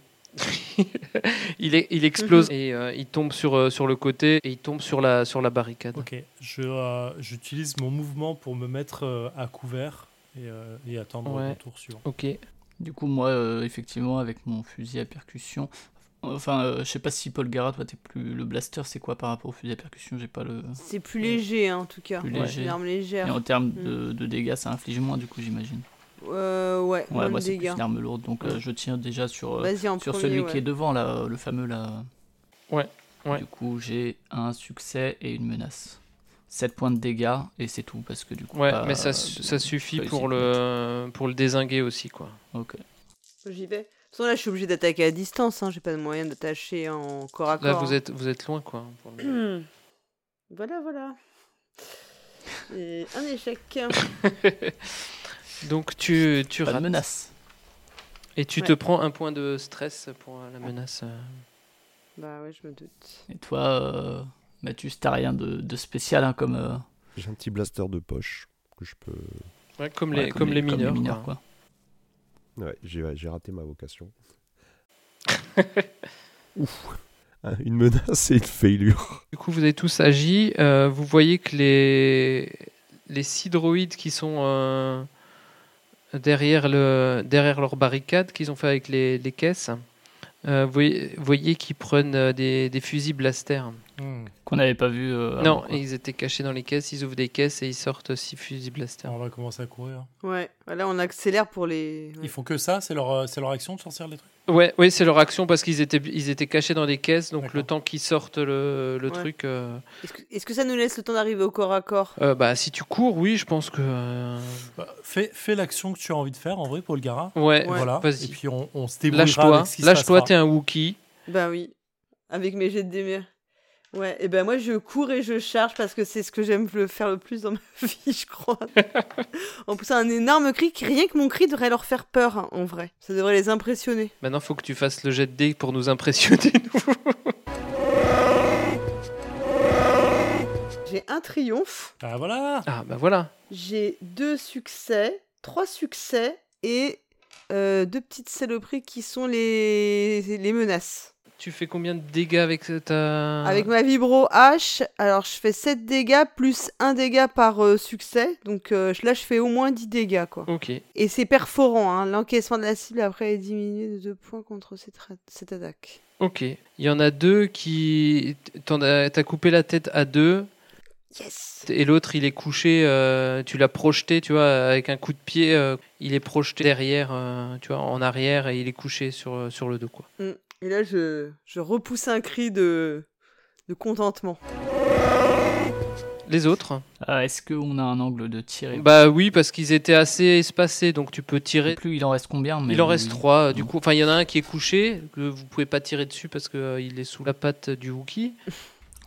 Speaker 1: il, est- il explose et euh, il tombe sur, euh, sur le côté et il tombe sur la, sur la barricade.
Speaker 3: Ok, je, euh, j'utilise mon mouvement pour me mettre euh, à couvert et, euh, et attendre
Speaker 1: Ouais.
Speaker 3: mon tour suivant.
Speaker 1: Ok.
Speaker 4: Du coup, moi, euh, effectivement, avec mon fusil à percussion. Enfin, euh, je sais pas si Paul Gara, toi, t'es plus. Le blaster, c'est quoi par rapport au fusil à percussion J'ai pas le.
Speaker 2: C'est plus léger, hein, en tout cas.
Speaker 4: Mm. Plus
Speaker 2: Ouais.
Speaker 4: léger.
Speaker 2: Une arme
Speaker 4: Et
Speaker 2: légère.
Speaker 4: en termes
Speaker 2: Hmm.
Speaker 4: de, de dégâts, ça inflige moins, du coup, j'imagine.
Speaker 2: Euh, ouais, moins
Speaker 4: Ouais,
Speaker 2: de
Speaker 4: moi, c'est plus
Speaker 2: dégâts.
Speaker 4: une arme lourde, donc euh, je tiens déjà sur, euh,
Speaker 2: Vas-y, en
Speaker 4: sur
Speaker 2: premier,
Speaker 4: celui
Speaker 2: ouais.
Speaker 4: qui est devant, là, euh, le fameux, là.
Speaker 1: Ouais, ouais.
Speaker 4: Du coup, j'ai un succès et une menace. 7 points de dégâts, et c'est tout, parce que du coup.
Speaker 1: Ouais,
Speaker 4: pas
Speaker 1: mais ça,
Speaker 4: de-
Speaker 1: su- ça suffit
Speaker 4: pas
Speaker 1: pour
Speaker 4: ici.
Speaker 1: le, pour le désinguer aussi, quoi.
Speaker 4: Ok.
Speaker 2: J'y vais. De toute façon, là, je suis obligé d'attaquer à distance. Hein. J'ai pas de moyen d'attacher en corps à corps.
Speaker 1: Là, vous
Speaker 2: hein.
Speaker 1: êtes, vous êtes loin, quoi. pour le-
Speaker 2: Voilà, voilà. Et un échec.
Speaker 1: Donc, tu, tu
Speaker 4: Pas de
Speaker 1: rates.
Speaker 4: menace.
Speaker 1: Et tu
Speaker 2: Ouais.
Speaker 1: te prends un point de stress pour euh, la menace. euh.
Speaker 2: bah ouais, je me doute.
Speaker 4: Et toi, euh, Mathus, t'as rien de, de spécial, hein, comme. euh,
Speaker 5: J'ai un petit blaster de poche que je peux.
Speaker 1: Ouais, comme,
Speaker 4: ouais,
Speaker 1: les, comme, les mineurs. quoi.
Speaker 4: quoi.
Speaker 5: Ouais, j'ai j'ai raté ma vocation. Ouf. Hein, Une menace et une failure.
Speaker 1: Du coup, vous avez tous agi. euh, vous voyez que les, les six droïdes qui sont euh, derrière, le, derrière leur barricade qu'ils ont fait avec les, les caisses, euh, vous voyez, vous voyez qu'ils prennent euh, des, des fusils blaster.
Speaker 3: Hmm.
Speaker 4: Qu'on n'avait pas vu.
Speaker 3: Ah
Speaker 4: euh, avant,
Speaker 1: non,
Speaker 4: quoi.
Speaker 1: ils étaient cachés dans les caisses, ils ouvrent des caisses et ils sortent six fusils blaster.
Speaker 3: On va commencer à courir.
Speaker 2: Ouais, là, on accélère pour les. ouais.
Speaker 3: Ils font que ça, c'est leur, euh, c'est leur action de sortir les trucs.
Speaker 1: Ouais, ouais c'est leur action parce qu'ils étaient, ils étaient cachés dans les caisses, donc
Speaker 3: D'accord.
Speaker 1: le temps qu'ils sortent le, le
Speaker 2: Ouais.
Speaker 1: truc. euh,
Speaker 2: Est-ce que, est-ce que ça nous laisse le temps d'arriver au corps à corps
Speaker 1: euh, bah, si tu cours, oui, je pense que. euh,
Speaker 3: Bah, fais fais l'action que tu as envie de faire en vrai pour le Gara.
Speaker 1: Ouais,
Speaker 2: Ouais.
Speaker 3: Voilà.
Speaker 1: vas-y.
Speaker 3: Et puis on, on se débrouillera
Speaker 1: lâche-toi,
Speaker 3: avec ce qui se
Speaker 1: lâche-toi,
Speaker 3: passera.
Speaker 1: t'es un Wookie.
Speaker 2: Bah oui. Avec mes jets de démé. Ouais, et ben moi je cours et je charge parce que c'est ce que j'aime le faire le plus dans ma vie, je crois. en poussant un énorme cri, qui- rien que mon cri devrait leur faire peur hein, en vrai. Ça devrait les impressionner.
Speaker 1: Maintenant, faut que tu fasses le jet de dés pour nous impressionner. nous.
Speaker 2: J'ai un triomphe,
Speaker 3: Ah voilà
Speaker 1: Ah, bah voilà.
Speaker 2: j'ai deux succès, trois succès et euh, deux petites saloperies qui sont les, les menaces.
Speaker 1: Tu fais combien de dégâts avec ta.
Speaker 2: Avec ma vibro H, alors je fais 7 dégâts plus 1 dégât par euh, succès. Donc euh, là je fais au moins 10 dégâts quoi.
Speaker 1: Ok.
Speaker 2: Et c'est perforant, hein. l'encaissement de la cible après est diminué de 2 points contre cette, ra- cette attaque.
Speaker 1: Ok. Il y en a deux qui. T'en as... T'as coupé la tête à deux
Speaker 2: Yes
Speaker 1: et l'autre il est couché. euh, Tu l'as projeté, tu vois, avec un coup de pied. euh, Il est projeté derrière, euh, tu vois, en arrière et il est couché sur, euh, sur le dos, quoi.
Speaker 2: Et là, je, je repousse un cri de, de contentement.
Speaker 1: Les autres
Speaker 4: Euh, Est-ce qu'on a un angle de tirer
Speaker 1: Bah oui, parce qu'ils étaient assez espacés donc tu peux
Speaker 4: Je sais
Speaker 1: tirer.
Speaker 4: plus, il en reste combien mais...
Speaker 1: Il en reste trois. euh, Du
Speaker 4: Ouais.
Speaker 1: coup, enfin, il y en a un qui est couché, que vous pouvez pas tirer dessus parce que euh, il est sous la patte du Wookie.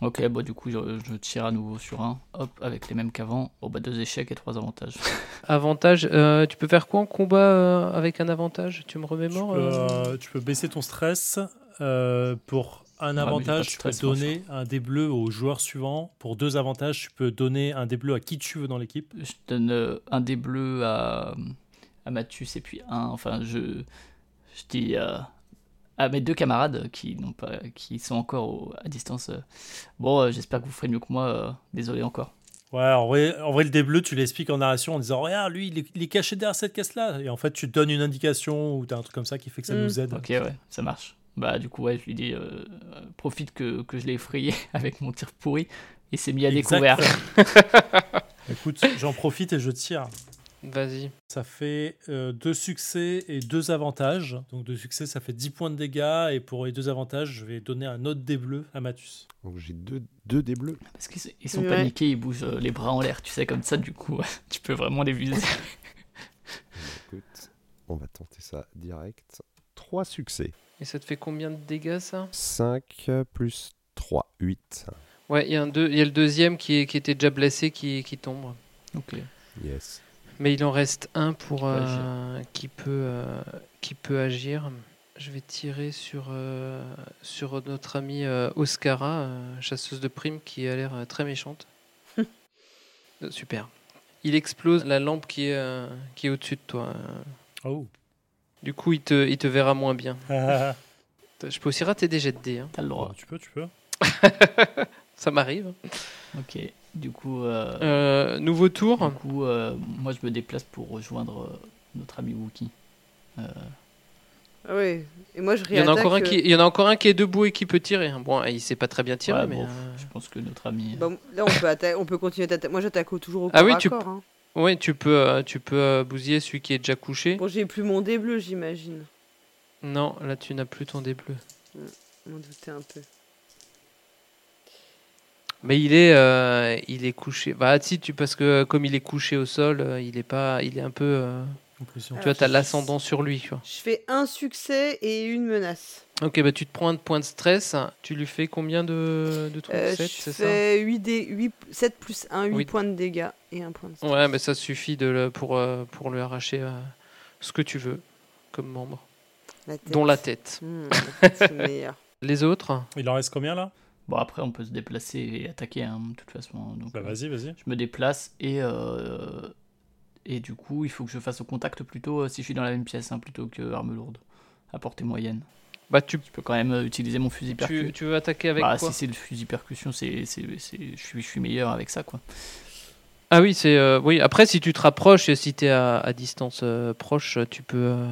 Speaker 4: Ok, bah du coup, je, je tire à nouveau sur un. Hop, avec les mêmes qu'avant. Oh bah deux échecs et trois avantages.
Speaker 1: Avantage, euh, tu peux faire quoi en combat euh, avec un avantage Tu me
Speaker 3: tu
Speaker 1: remémores
Speaker 3: peux,
Speaker 1: euh
Speaker 3: euh, tu peux baisser ton stress euh, pour
Speaker 1: Ah,
Speaker 3: un
Speaker 4: mais j'ai pas de
Speaker 3: avantage. Tu peux
Speaker 4: stress, moi,
Speaker 3: donner un dé bleu au joueur suivant. Pour deux avantages, tu peux donner un dé bleu à qui tu veux dans l'équipe.
Speaker 4: je donne euh, un des bleus à, à Mathus et puis un. Enfin, je, je dis euh, à mes deux camarades qui, n'ont pas, qui sont encore au- à distance. euh, bon, euh, j'espère que vous ferez mieux que moi. euh, désolé encore.
Speaker 3: Ouais, en vrai, en vrai, le dé bleu, tu l'expliques en narration en disant Regarde, lui, il est, il est caché derrière cette caisse-là. Et en fait, tu donnes une indication ou t'as un truc comme ça qui fait que ça
Speaker 2: Mm.
Speaker 3: nous aide.
Speaker 4: Ok, ouais, ça marche. Bah, du coup, ouais, je lui dis euh, euh, profite que, que je l'ai effrayé avec mon tir pourri. Et s'est mis à découvert.
Speaker 3: Exact. Écoute, j'en profite et je tire.
Speaker 1: Vas-y.
Speaker 3: Ça fait euh, deux succès et deux avantages. Donc deux succès, ça fait 10 points de dégâts. Et pour les deux avantages, je vais donner un autre dé bleu à Mathus.
Speaker 5: Donc j'ai deux, deux dés bleus.
Speaker 4: Parce qu'ils sont- ils sont
Speaker 2: Ouais.
Speaker 4: paniqués, ils bougent euh, les bras en l'air, tu sais, comme ça, du coup, tu peux vraiment les viser.
Speaker 5: Écoute, on va tenter ça direct. Trois succès.
Speaker 1: Et ça te fait combien de dégâts ça
Speaker 5: 5 plus 3, 8.
Speaker 1: Ouais, il y, a un deux- il y a le deuxième qui, est- qui était déjà blessé qui, qui tombe.
Speaker 4: Ok.
Speaker 5: Yes.
Speaker 1: Mais il en reste un pour
Speaker 4: peut
Speaker 1: euh, qui peut euh, qui peut agir. Je vais tirer sur euh, sur notre amie euh, Oscara, euh, chasseuse de primes, qui a l'air euh, très méchante. Euh, Super. Il explose la lampe qui est euh, qui est au-dessus de toi. euh.
Speaker 3: Oh.
Speaker 1: Du coup, il te il te verra moins bien.
Speaker 3: Ah,
Speaker 1: Je peux aussi rater des jets de dés. hein.
Speaker 4: T'as le droit.
Speaker 3: tu peux, tu peux.
Speaker 1: Ça m'arrive.
Speaker 4: Ok. Du coup. euh,
Speaker 1: Euh, nouveau tour.
Speaker 4: Du coup, euh, moi je me déplace pour rejoindre euh, notre ami Wookie. Euh,
Speaker 2: Ah ouais. Et moi, je
Speaker 1: Il y, en a
Speaker 2: réattaque.
Speaker 1: encore un
Speaker 2: euh,
Speaker 1: qui, il y en a encore un qui est debout et qui peut tirer. Bon, il sait pas très bien tirer,
Speaker 4: ouais,
Speaker 1: mais.
Speaker 4: bon,
Speaker 1: euh,
Speaker 4: Je pense que notre ami.
Speaker 2: bah, là, on peut, atta- on peut continuer d'attaquer. Moi, j'attaque au- toujours au corps
Speaker 1: Ah oui,
Speaker 2: à
Speaker 1: tu
Speaker 2: corps, hein.
Speaker 1: Ouais, tu peux, euh, tu peux euh, bousiller celui qui est déjà couché.
Speaker 2: Bon, j'ai plus mon dé bleu, j'imagine.
Speaker 1: Non, là tu n'as plus ton dé bleu.
Speaker 2: On m'en doutait un peu.
Speaker 1: Mais il est, euh, il est couché. Bah si tu, parce que euh, comme il est couché au sol, euh, il est pas, il est un peu. euh,
Speaker 3: Conclusion.
Speaker 1: tu vois, t'as l'ascendant sur lui. tu vois.
Speaker 2: Ah, Je fais un succès et une menace.
Speaker 1: Ok, bah tu te prends un point de stress. Tu lui fais combien de, de trucs
Speaker 2: Euh,
Speaker 1: Sept,
Speaker 2: je
Speaker 1: c'est ça
Speaker 2: fais 8 dé... 8... 7 plus 1, 8
Speaker 1: Oui.
Speaker 2: points de dégâts et un point de stress.
Speaker 1: Ouais, mais ça suffit de le- pour euh, pour lui arracher euh, ce que tu veux comme membre,
Speaker 2: La tête.
Speaker 1: dont la tête.
Speaker 2: Hmm, la tête, c'est meilleur.
Speaker 1: Les autres
Speaker 3: Il en reste combien là
Speaker 4: Bon, après on peut se déplacer et attaquer, hein, de toute façon. Donc,
Speaker 3: Bah
Speaker 4: euh,
Speaker 3: vas-y, vas-y.
Speaker 4: je me déplace et. euh, et du coup, il faut que je fasse au contact plutôt euh, si je suis dans la même pièce, hein, plutôt que arme lourde, à portée moyenne.
Speaker 1: Bah tu,
Speaker 4: Je peux quand même euh, utiliser mon fusil
Speaker 1: tu,
Speaker 4: percussion.
Speaker 1: tu veux attaquer avec
Speaker 4: Bah,
Speaker 1: quoi
Speaker 4: si c'est le fusil percussion, c'est, c'est, c'est- je, suis, je suis meilleur avec ça, quoi.
Speaker 1: Ah oui, c'est euh, oui. Après, si tu te rapproches et si t'es à, à distance euh, proche, tu peux. euh,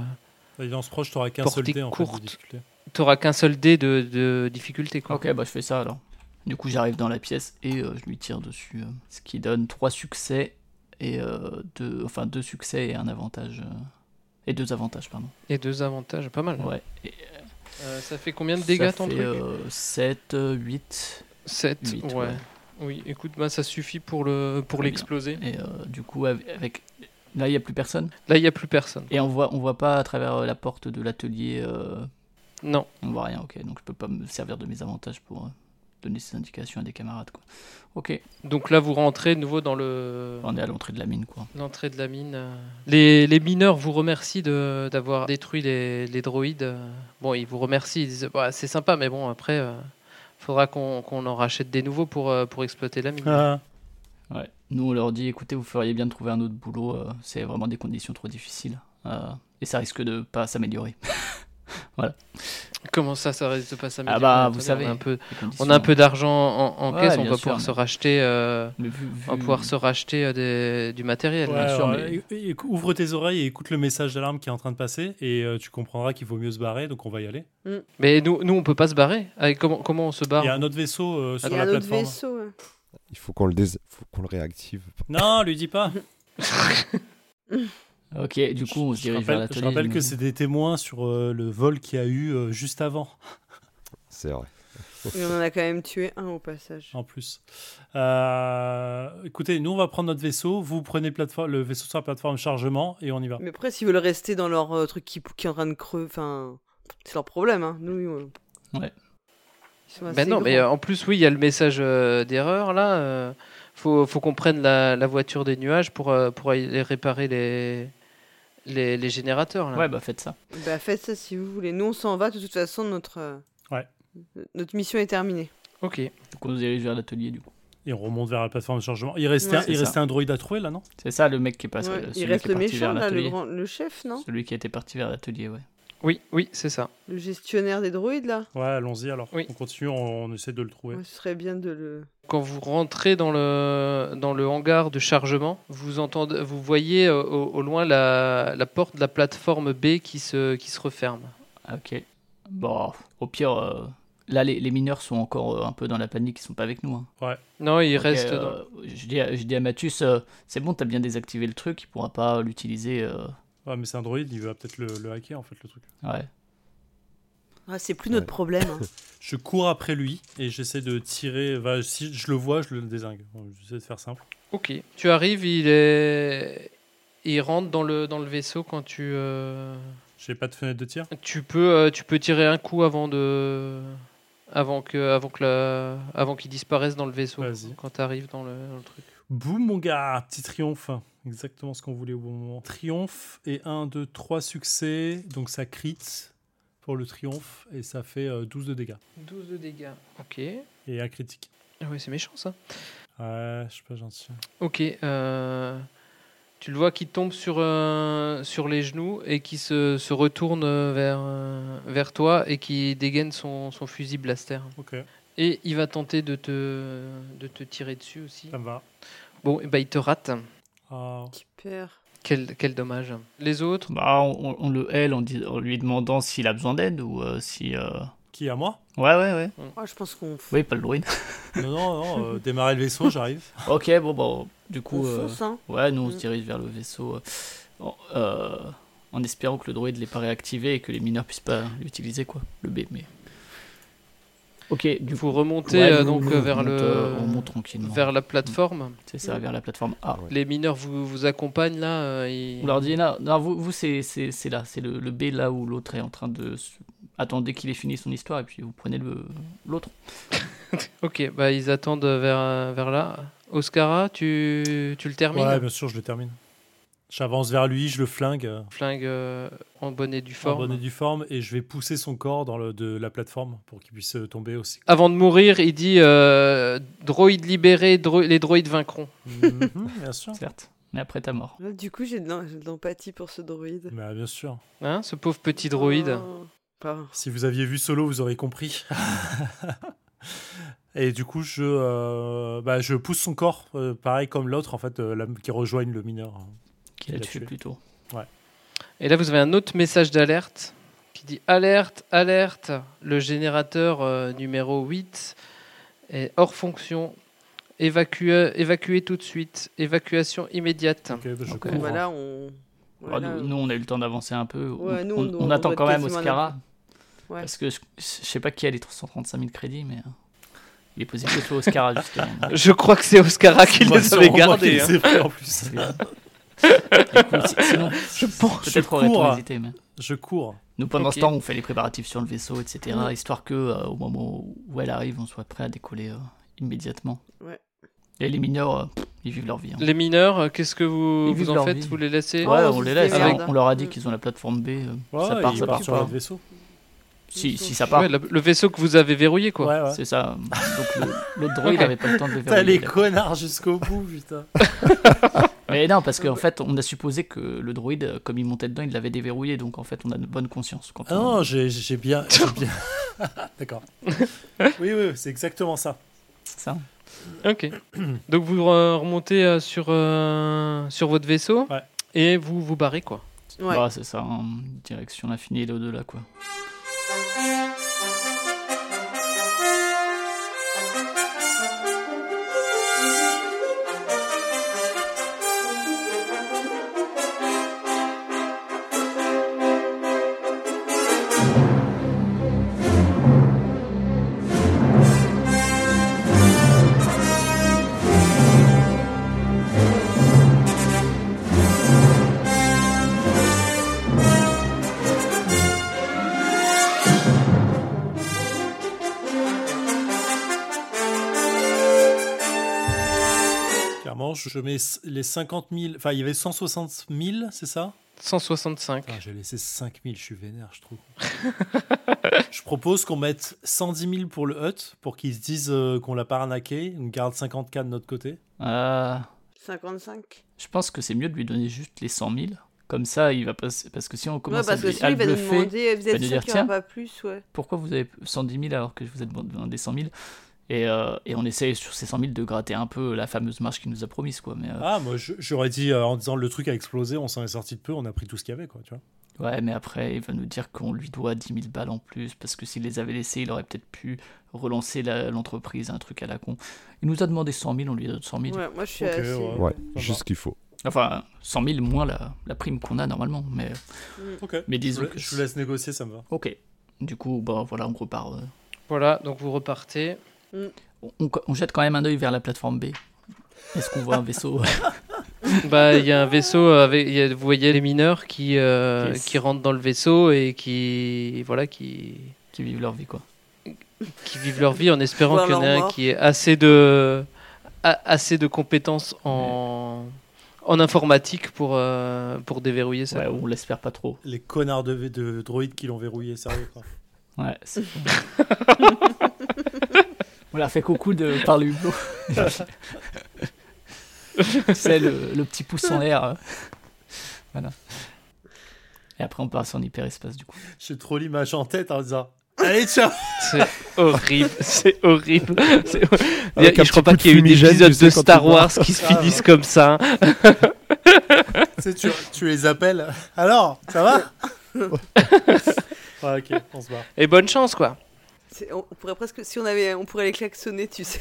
Speaker 3: Il en se proche, t'auras qu'un
Speaker 1: Portée
Speaker 3: seul dé en fait, de
Speaker 1: courte.
Speaker 3: difficulté.
Speaker 1: T'auras qu'un seul dé de, de difficulté quoi.
Speaker 4: Ok, bah je fais ça alors. Du coup, j'arrive dans la pièce et euh, je lui tire dessus, euh, ce qui donne trois succès et euh, deux, enfin deux succès et un avantage euh, et deux avantages pardon.
Speaker 1: Et deux avantages, pas mal.
Speaker 4: Ouais. Et,
Speaker 1: Euh, ça fait combien de dégâts ton truc
Speaker 4: 7 8
Speaker 1: 7.
Speaker 4: euh, huit,
Speaker 1: ouais.
Speaker 4: ouais.
Speaker 1: Oui, écoute, bah, ça suffit pour le pour
Speaker 4: Très bien.
Speaker 1: l'exploser.
Speaker 4: et euh, du coup avec, avec- là, il y a plus personne
Speaker 1: Là, il y a plus personne.
Speaker 4: et on voit on voit pas à travers euh, la porte de l'atelier euh,
Speaker 1: Non.
Speaker 4: on voit rien. OK, donc je peux pas me servir de mes avantages pour euh, donner ces indications à des camarades. Quoi. Ok,
Speaker 1: Donc là, vous rentrez de nouveau dans le
Speaker 4: on est à l'entrée de la mine. quoi.
Speaker 1: l'entrée de la mine. euh. Les, les mineurs vous remercient de- d'avoir détruit les, les droïdes. euh. Bon, ils vous remercient. Ils disent Bah, c'est sympa, mais bon, après, euh, faudra qu'on qu'on en rachète des nouveaux pour, euh, pour exploiter la mine.
Speaker 3: Ah.
Speaker 4: Ouais. Nous, on leur dit écoutez, vous feriez bien de trouver un autre boulot, euh, c'est vraiment des conditions trop difficiles. euh, et ça risque de pas s'améliorer.
Speaker 1: Comment ça, ça risque de pas s'améliorer
Speaker 4: Ah bah, vous
Speaker 1: Attendez,
Speaker 4: savez.
Speaker 1: On a un peu,
Speaker 4: les conditions-
Speaker 1: on a un peu d'argent en, en
Speaker 4: Ouais,
Speaker 1: caisse, on
Speaker 4: bien
Speaker 1: va
Speaker 4: sûr, Mmh.
Speaker 1: pouvoir
Speaker 4: mais-
Speaker 1: se racheter. euh,
Speaker 4: Mais vu- vu-
Speaker 1: on va pouvoir se racheter euh, des- du matériel.
Speaker 3: Ouais,
Speaker 4: sûr,
Speaker 3: alors,
Speaker 4: mais-
Speaker 3: éc- éc- Ouvre tes oreilles et écoute le message d'alarme qui est en train de passer et euh, tu comprendras qu'il vaut mieux se barrer, donc on va y aller.
Speaker 1: Mais nous, nous, on peut pas se barrer. Avec, comment, comment on se
Speaker 4: Ah.
Speaker 1: barre
Speaker 3: Il y a un autre vaisseau euh,
Speaker 1: Ah,
Speaker 3: sur
Speaker 2: Il y a
Speaker 3: la
Speaker 2: un autre
Speaker 3: plateforme.
Speaker 2: vaisseau. hein. ouais.
Speaker 5: Il faut qu'on le, dés- faut qu'on le réactive.
Speaker 3: Non, lui dis pas.
Speaker 4: Ok, du coup, on se
Speaker 3: Je
Speaker 4: dirige vers
Speaker 3: rappelle,
Speaker 4: l'atelier.
Speaker 3: je rappelle que
Speaker 4: j'imagine.
Speaker 3: c'est des témoins sur euh, le vol qu'il y a eu euh, juste avant,
Speaker 5: C'est vrai.
Speaker 2: Et on en a quand même tué un au passage.
Speaker 3: en plus. Euh, écoutez, nous on va prendre notre vaisseau, vous prenez plateforme, le vaisseau sur la plateforme chargement et on y va.
Speaker 2: Mais après, s'ils veulent rester dans leur euh, truc qui, qui est en train de creux, enfin, c'est leur problème. Hein. Nous, on-
Speaker 4: Ouais.
Speaker 2: Ils sont
Speaker 1: Ben
Speaker 2: assez
Speaker 1: non, mais
Speaker 2: grands.
Speaker 1: euh, en plus, oui, il y a le message euh, d'erreur là. euh, faut faut qu'on prenne la, la voiture des nuages pour, euh, pour aller réparer les, les, les générateurs. Là.
Speaker 4: Ouais, bah faites ça.
Speaker 2: Bah faites ça si vous voulez. Nous on s'en va, de toute façon notre euh,
Speaker 3: Ouais.
Speaker 2: notre mission est terminée.
Speaker 1: Ok.
Speaker 4: Donc on se dirige vers l'atelier, du coup.
Speaker 3: Et on remonte vers la plateforme de chargement. Il restait,
Speaker 2: Ouais,
Speaker 3: un,
Speaker 4: c'est
Speaker 3: il
Speaker 4: ça.
Speaker 3: restait un droïde à trouver là, non
Speaker 4: C'est ça le mec qui est passé.
Speaker 2: Ouais,
Speaker 4: euh,
Speaker 2: Il
Speaker 4: celui
Speaker 2: reste
Speaker 4: qui est
Speaker 2: le
Speaker 4: parti
Speaker 2: méchant
Speaker 4: vers
Speaker 2: là, le
Speaker 4: l'atelier.
Speaker 2: grand le chef, non
Speaker 4: Celui qui était parti vers l'atelier, ouais.
Speaker 1: Oui, oui, c'est ça.
Speaker 2: Le gestionnaire des droïdes là.
Speaker 3: Ouais, allons-y alors.
Speaker 1: Oui.
Speaker 3: On continue, on, on essaie de le trouver.
Speaker 2: Ouais, ce serait bien de le
Speaker 1: Quand vous rentrez dans le, dans le hangar de chargement, vous, entendez, vous voyez euh, au, au loin la, la porte de la plateforme B qui se, qui se referme.
Speaker 4: Ah, Ok. Bon, au pire, euh, là, les, les mineurs sont encore euh, un peu dans la panique, ils sont pas avec nous. hein.
Speaker 1: Non, il
Speaker 4: Ok,
Speaker 1: reste dans...
Speaker 4: euh, je, dis à, je dis à Mathus, euh, c'est bon, t'as bien désactivé le truc, il pourra pas l'utiliser. euh,
Speaker 3: Ouais, mais c'est un droïde, il va peut-être le, le hacker en fait le truc.
Speaker 4: Ouais.
Speaker 2: Ah, c'est plus
Speaker 5: Ouais.
Speaker 2: notre problème. hein.
Speaker 3: Je cours après lui et j'essaie de tirer. va- si je le vois, je le désingue. Bon, J'essaie de faire simple.
Speaker 1: Ok. Tu arrives, il est... Il rentre dans le, dans le vaisseau quand tu... euh,
Speaker 3: J'ai pas de fenêtre de tir.
Speaker 1: Tu peux, euh, tu peux tirer un coup avant de, avant que, avant que la, avant qu'il disparaisse dans le vaisseau.
Speaker 3: Vas-y.
Speaker 1: Quand t'arrives dans le, dans le truc.
Speaker 3: Boum, mon gars, petit triomphe. Exactement ce qu'on voulait au bon moment. Triomphe et 1, 2, 3 succès. Donc ça crit pour le triomphe et ça fait euh, 12 de dégâts.
Speaker 1: 12 de dégâts. Ok.
Speaker 3: Et un critique.
Speaker 1: Ah Ouais, c'est méchant ça.
Speaker 3: Ouais, je suis pas gentil.
Speaker 1: Ok. euh, Tu le vois qui tombe sur, euh, sur les genoux et qui se, se retourne euh, vers, euh, vers toi et qui dégaine son, son fusil blaster.
Speaker 3: Ok,
Speaker 1: Et il va tenter de te, de te tirer dessus aussi.
Speaker 3: ça me va.
Speaker 1: Bon, et bah il te rate.
Speaker 3: Ah.
Speaker 2: Super.
Speaker 1: Quel, quel dommage. Les autres
Speaker 4: Bah, on, on- on le hèle en, dis- en lui demandant s'il a besoin d'aide ou euh, si. euh,
Speaker 3: Qui à moi
Speaker 4: Ouais, ouais, ouais.
Speaker 2: Ah, je pense qu'on f-
Speaker 4: Oui, pas le druide.
Speaker 3: Non, non, non. euh, démarrer le vaisseau, j'arrive.
Speaker 4: ok, bon, bon. Du
Speaker 2: on
Speaker 4: coup. euh,
Speaker 2: fonce, hein.
Speaker 4: Ouais, nous on se
Speaker 2: Mm.
Speaker 4: dirige vers le vaisseau euh, en, euh, en espérant que le droïde l'ait pas réactivé et que les mineurs puissent pas l'utiliser, quoi. Le B, mais. Ok, du
Speaker 1: Vous remontez
Speaker 4: ouais,
Speaker 1: euh,
Speaker 4: nous,
Speaker 1: donc
Speaker 4: nous,
Speaker 1: euh,
Speaker 4: on
Speaker 1: vers
Speaker 4: monte,
Speaker 1: le
Speaker 4: euh, on monte tranquillement.
Speaker 1: vers la plateforme.
Speaker 4: C'est ça, vers la plateforme A.
Speaker 5: Ouais.
Speaker 1: Les mineurs vous, vous accompagnent là. euh, ils-
Speaker 4: On leur dit, non, non, vous, vous c'est c'est- c'est là, c'est le, le B là où l'autre est en train de. se- Attendez qu'il ait fini son histoire et puis vous prenez le- l'autre.
Speaker 1: Ok, bah ils attendent vers euh, vers là. Oscara, tu, tu le termines.
Speaker 3: Ouais,
Speaker 4: bah.
Speaker 3: bien sûr, je le termine. J'avance vers lui, je le flingue. euh,
Speaker 1: Flingue euh, en bonne et due
Speaker 3: en
Speaker 1: forme.
Speaker 3: bonne et due forme et je vais pousser son corps dans le, de la plateforme pour qu'il puisse euh, tomber aussi.
Speaker 1: Avant de mourir, il dit euh, droïdes libérés, dro- les droïdes vaincront.
Speaker 3: Mhm, bien sûr.
Speaker 4: Certes, mais après ta mort.
Speaker 2: Là, du coup, j'ai de l'em- j'ai de l'empathie pour ce droïde.
Speaker 3: Bah, bien sûr.
Speaker 1: Hein, ce pauvre petit droïde.
Speaker 2: Oh. Enfin,
Speaker 3: Si vous aviez vu Solo, vous auriez compris. et du coup, je, euh, bah, je pousse son corps, euh, pareil comme l'autre, en fait, euh, la- qui rejoignent le mineur.
Speaker 4: Qu'il a tué plutôt.
Speaker 1: Et là, vous avez un autre message d'alerte qui dit alerte, alerte, le générateur euh, numéro 8 est hors fonction. Évacue, évacuez tout de suite. Évacuation immédiate.
Speaker 3: Ok, bah, je
Speaker 4: Ok.
Speaker 3: cours.
Speaker 2: voilà, on.
Speaker 4: Bah,
Speaker 3: Oh,
Speaker 2: voilà,
Speaker 4: nous, nous, on a eu le temps d'avancer un peu.
Speaker 2: euh, Ouais,
Speaker 4: on,
Speaker 2: nous,
Speaker 4: on-
Speaker 2: on-
Speaker 4: on
Speaker 2: on
Speaker 4: attend
Speaker 2: doit
Speaker 4: quand même
Speaker 2: quasiment
Speaker 4: Oscara.
Speaker 2: Ouais.
Speaker 4: Parce que je, je sais pas qui a les 335 000 crédits, mais euh, il est possible que ce soit Oscara, justement.
Speaker 1: Je crois que c'est Oscara qui
Speaker 3: Moi,
Speaker 1: les
Speaker 3: sûrement
Speaker 1: avait
Speaker 3: moi qui
Speaker 1: gardés. hein.
Speaker 3: les ai pris, en plus.
Speaker 4: C'est bien. Du coup, si- sinon,
Speaker 3: Je pense je
Speaker 4: peut-être aurait
Speaker 2: hein.
Speaker 3: cours.
Speaker 4: hésité. Mais...
Speaker 3: Je cours.
Speaker 4: Nous, pendant
Speaker 1: Ok.
Speaker 4: ce temps, on fait les préparatifs sur le vaisseau, etc., histoire que, euh, au moment où elle arrive, on soit prêt à décoller euh, immédiatement.
Speaker 2: Ouais.
Speaker 4: Et les mineurs, euh, pff, ils vivent leur vie. hein.
Speaker 1: Les mineurs, euh, qu'est-ce que vous,
Speaker 4: Ils
Speaker 1: vous
Speaker 4: vivent
Speaker 1: en
Speaker 4: leur
Speaker 1: faites
Speaker 4: vie.
Speaker 1: Vous les laissez
Speaker 2: Oh,
Speaker 4: Ouais,
Speaker 2: ils
Speaker 4: on
Speaker 2: se
Speaker 4: les laisse. hein.
Speaker 1: démerdent.
Speaker 4: On leur a dit
Speaker 2: Mm.
Speaker 4: qu'ils ont la plateforme B. euh,
Speaker 3: Ouais,
Speaker 4: ça part,
Speaker 3: il
Speaker 4: ça
Speaker 3: part
Speaker 4: part.
Speaker 3: sur
Speaker 4: quoi.
Speaker 3: notre vaisseau.
Speaker 4: Si,
Speaker 2: Ils sont-
Speaker 4: si ça part,
Speaker 1: Ouais, la- Le vaisseau que vous avez verrouillé, quoi.
Speaker 3: Ouais, ouais.
Speaker 4: c'est ça. Donc le, le droïde n'avait pas le temps de le
Speaker 3: T'as
Speaker 4: verrouiller.
Speaker 3: les connards jusqu'au bout, putain.
Speaker 4: Mais non, parce qu'en fait, on a supposé que le droïde, euh, comme il montait dedans, il l'avait déverrouillé. Donc en fait, on a une bonne conscience. Quand
Speaker 3: Ah
Speaker 4: on-
Speaker 2: Oh.
Speaker 3: non, j'ai j'ai bien. j'ai bien... D'accord. Oui, oui, oui, c'est exactement ça.
Speaker 4: ça.
Speaker 1: Ok. Donc vous euh, remontez euh, sur, euh, sur votre vaisseau
Speaker 3: Ouais.
Speaker 1: et vous vous barrez, quoi.
Speaker 2: Ouais.
Speaker 4: Bah, c'est ça, hein, direction l'infini et l'au-delà, quoi.
Speaker 3: Clairement, je je mets s- les 50 000. Enfin, il y avait 160 000, c'est ça
Speaker 1: 165.
Speaker 3: Putain, J'ai laissé 5 000, je suis vénère, je trouve. je propose qu'on mette 110 000 pour le hut, pour qu'ils se disent euh, qu'on l'a pas arnaqué. On garde 50K de notre côté.
Speaker 4: Ah.
Speaker 2: 55.
Speaker 4: Je pense que c'est mieux de lui donner juste les 100 000. Comme ça, il va passer. Parce que si on
Speaker 2: Ouais,
Speaker 4: commence
Speaker 2: parce
Speaker 4: à,
Speaker 2: que
Speaker 4: lui- à
Speaker 2: celui
Speaker 4: le
Speaker 2: va nous
Speaker 4: bluffer,
Speaker 2: demander, vous
Speaker 4: va
Speaker 2: êtes
Speaker 4: nous
Speaker 2: sûr
Speaker 4: dire,
Speaker 2: qu'il n'y aura
Speaker 4: tiens.
Speaker 2: pas plus, ouais.
Speaker 4: pourquoi vous avez 110 000 alors que je vous ai demandé 100 000 et, euh, et on essaye sur ces 100 000 de gratter un peu la fameuse marge qu'il nous a promise, quoi. Mais, euh,
Speaker 3: Ah, moi, je- j'aurais dit euh, en disant le truc a explosé, on s'en est sorti de peu, on a pris tout ce qu'il y avait, quoi, tu vois.
Speaker 4: ouais, mais après, il va nous dire qu'on lui doit 10 000 balles en plus parce que s'il les avait laissées, il aurait peut-être pu relancer la- l'entreprise, un truc à la con. Il nous a demandé 100 000, on lui donne 100 000.
Speaker 2: Ouais, moi je suis
Speaker 3: Ok,
Speaker 2: assez...
Speaker 3: ouais.
Speaker 5: Ouais,
Speaker 3: va.
Speaker 5: juste ce qu'il faut.
Speaker 4: Enfin, 100 000 moins la, la prime qu'on a normalement, mais,
Speaker 3: Ok.
Speaker 4: mais
Speaker 3: Je,
Speaker 4: disons
Speaker 3: vous la-
Speaker 4: que.
Speaker 3: je vous laisse négocier, ça me va.
Speaker 4: Ok. Du coup, bah voilà, on repart. euh,
Speaker 1: Voilà, donc vous repartez.
Speaker 4: On, on- on jette quand même un œil vers la plateforme B. Est-ce qu'on voit un vaisseau
Speaker 1: Bah, il y a un vaisseau avec. il y a- vous voyez les mineurs qui, euh,
Speaker 4: Yes.
Speaker 1: qui rentrent dans le vaisseau et qui. Voilà, qui.
Speaker 4: qui vivent leur vie quoi
Speaker 1: qui vivent leur vie en espérant
Speaker 2: Voir
Speaker 1: qu'il y en ait
Speaker 2: leur
Speaker 1: un
Speaker 2: mort.
Speaker 1: qui ait assez de, a- assez de compétences en, en informatique pour, euh, pour déverrouiller ça.
Speaker 4: Ouais, on l'espère pas trop.
Speaker 3: Les connards de, de droïdes qui l'ont verrouillé, sérieux, quoi.
Speaker 4: Ouais, c'est On leur fait coucou de par le hublot. c'est le, le petit pouce en l'air. euh. Voilà. Et après on passe en hyperespace du coup.
Speaker 3: J'ai trop l'image en tête en disant Allez, ciao
Speaker 1: C'est horrible, c'est horrible. C'est-
Speaker 5: Avec un
Speaker 1: je crois
Speaker 5: petit
Speaker 1: pas
Speaker 5: coup de
Speaker 1: qu'il y ait eu
Speaker 5: fumigène,
Speaker 1: d'épisode
Speaker 5: tu sais,
Speaker 1: de
Speaker 5: quand tu
Speaker 1: Star
Speaker 5: vois.
Speaker 1: Wars qui se
Speaker 3: Ah, ouais.
Speaker 1: finissent comme ça. hein.
Speaker 3: tu, sais, tu, tu les appelles. Alors, ça va Ouais, ok, on se barre.
Speaker 1: Et bonne chance, quoi.
Speaker 2: C'est- On on pourrait presque, si on avait, on pourrait les klaxonner, tu sais.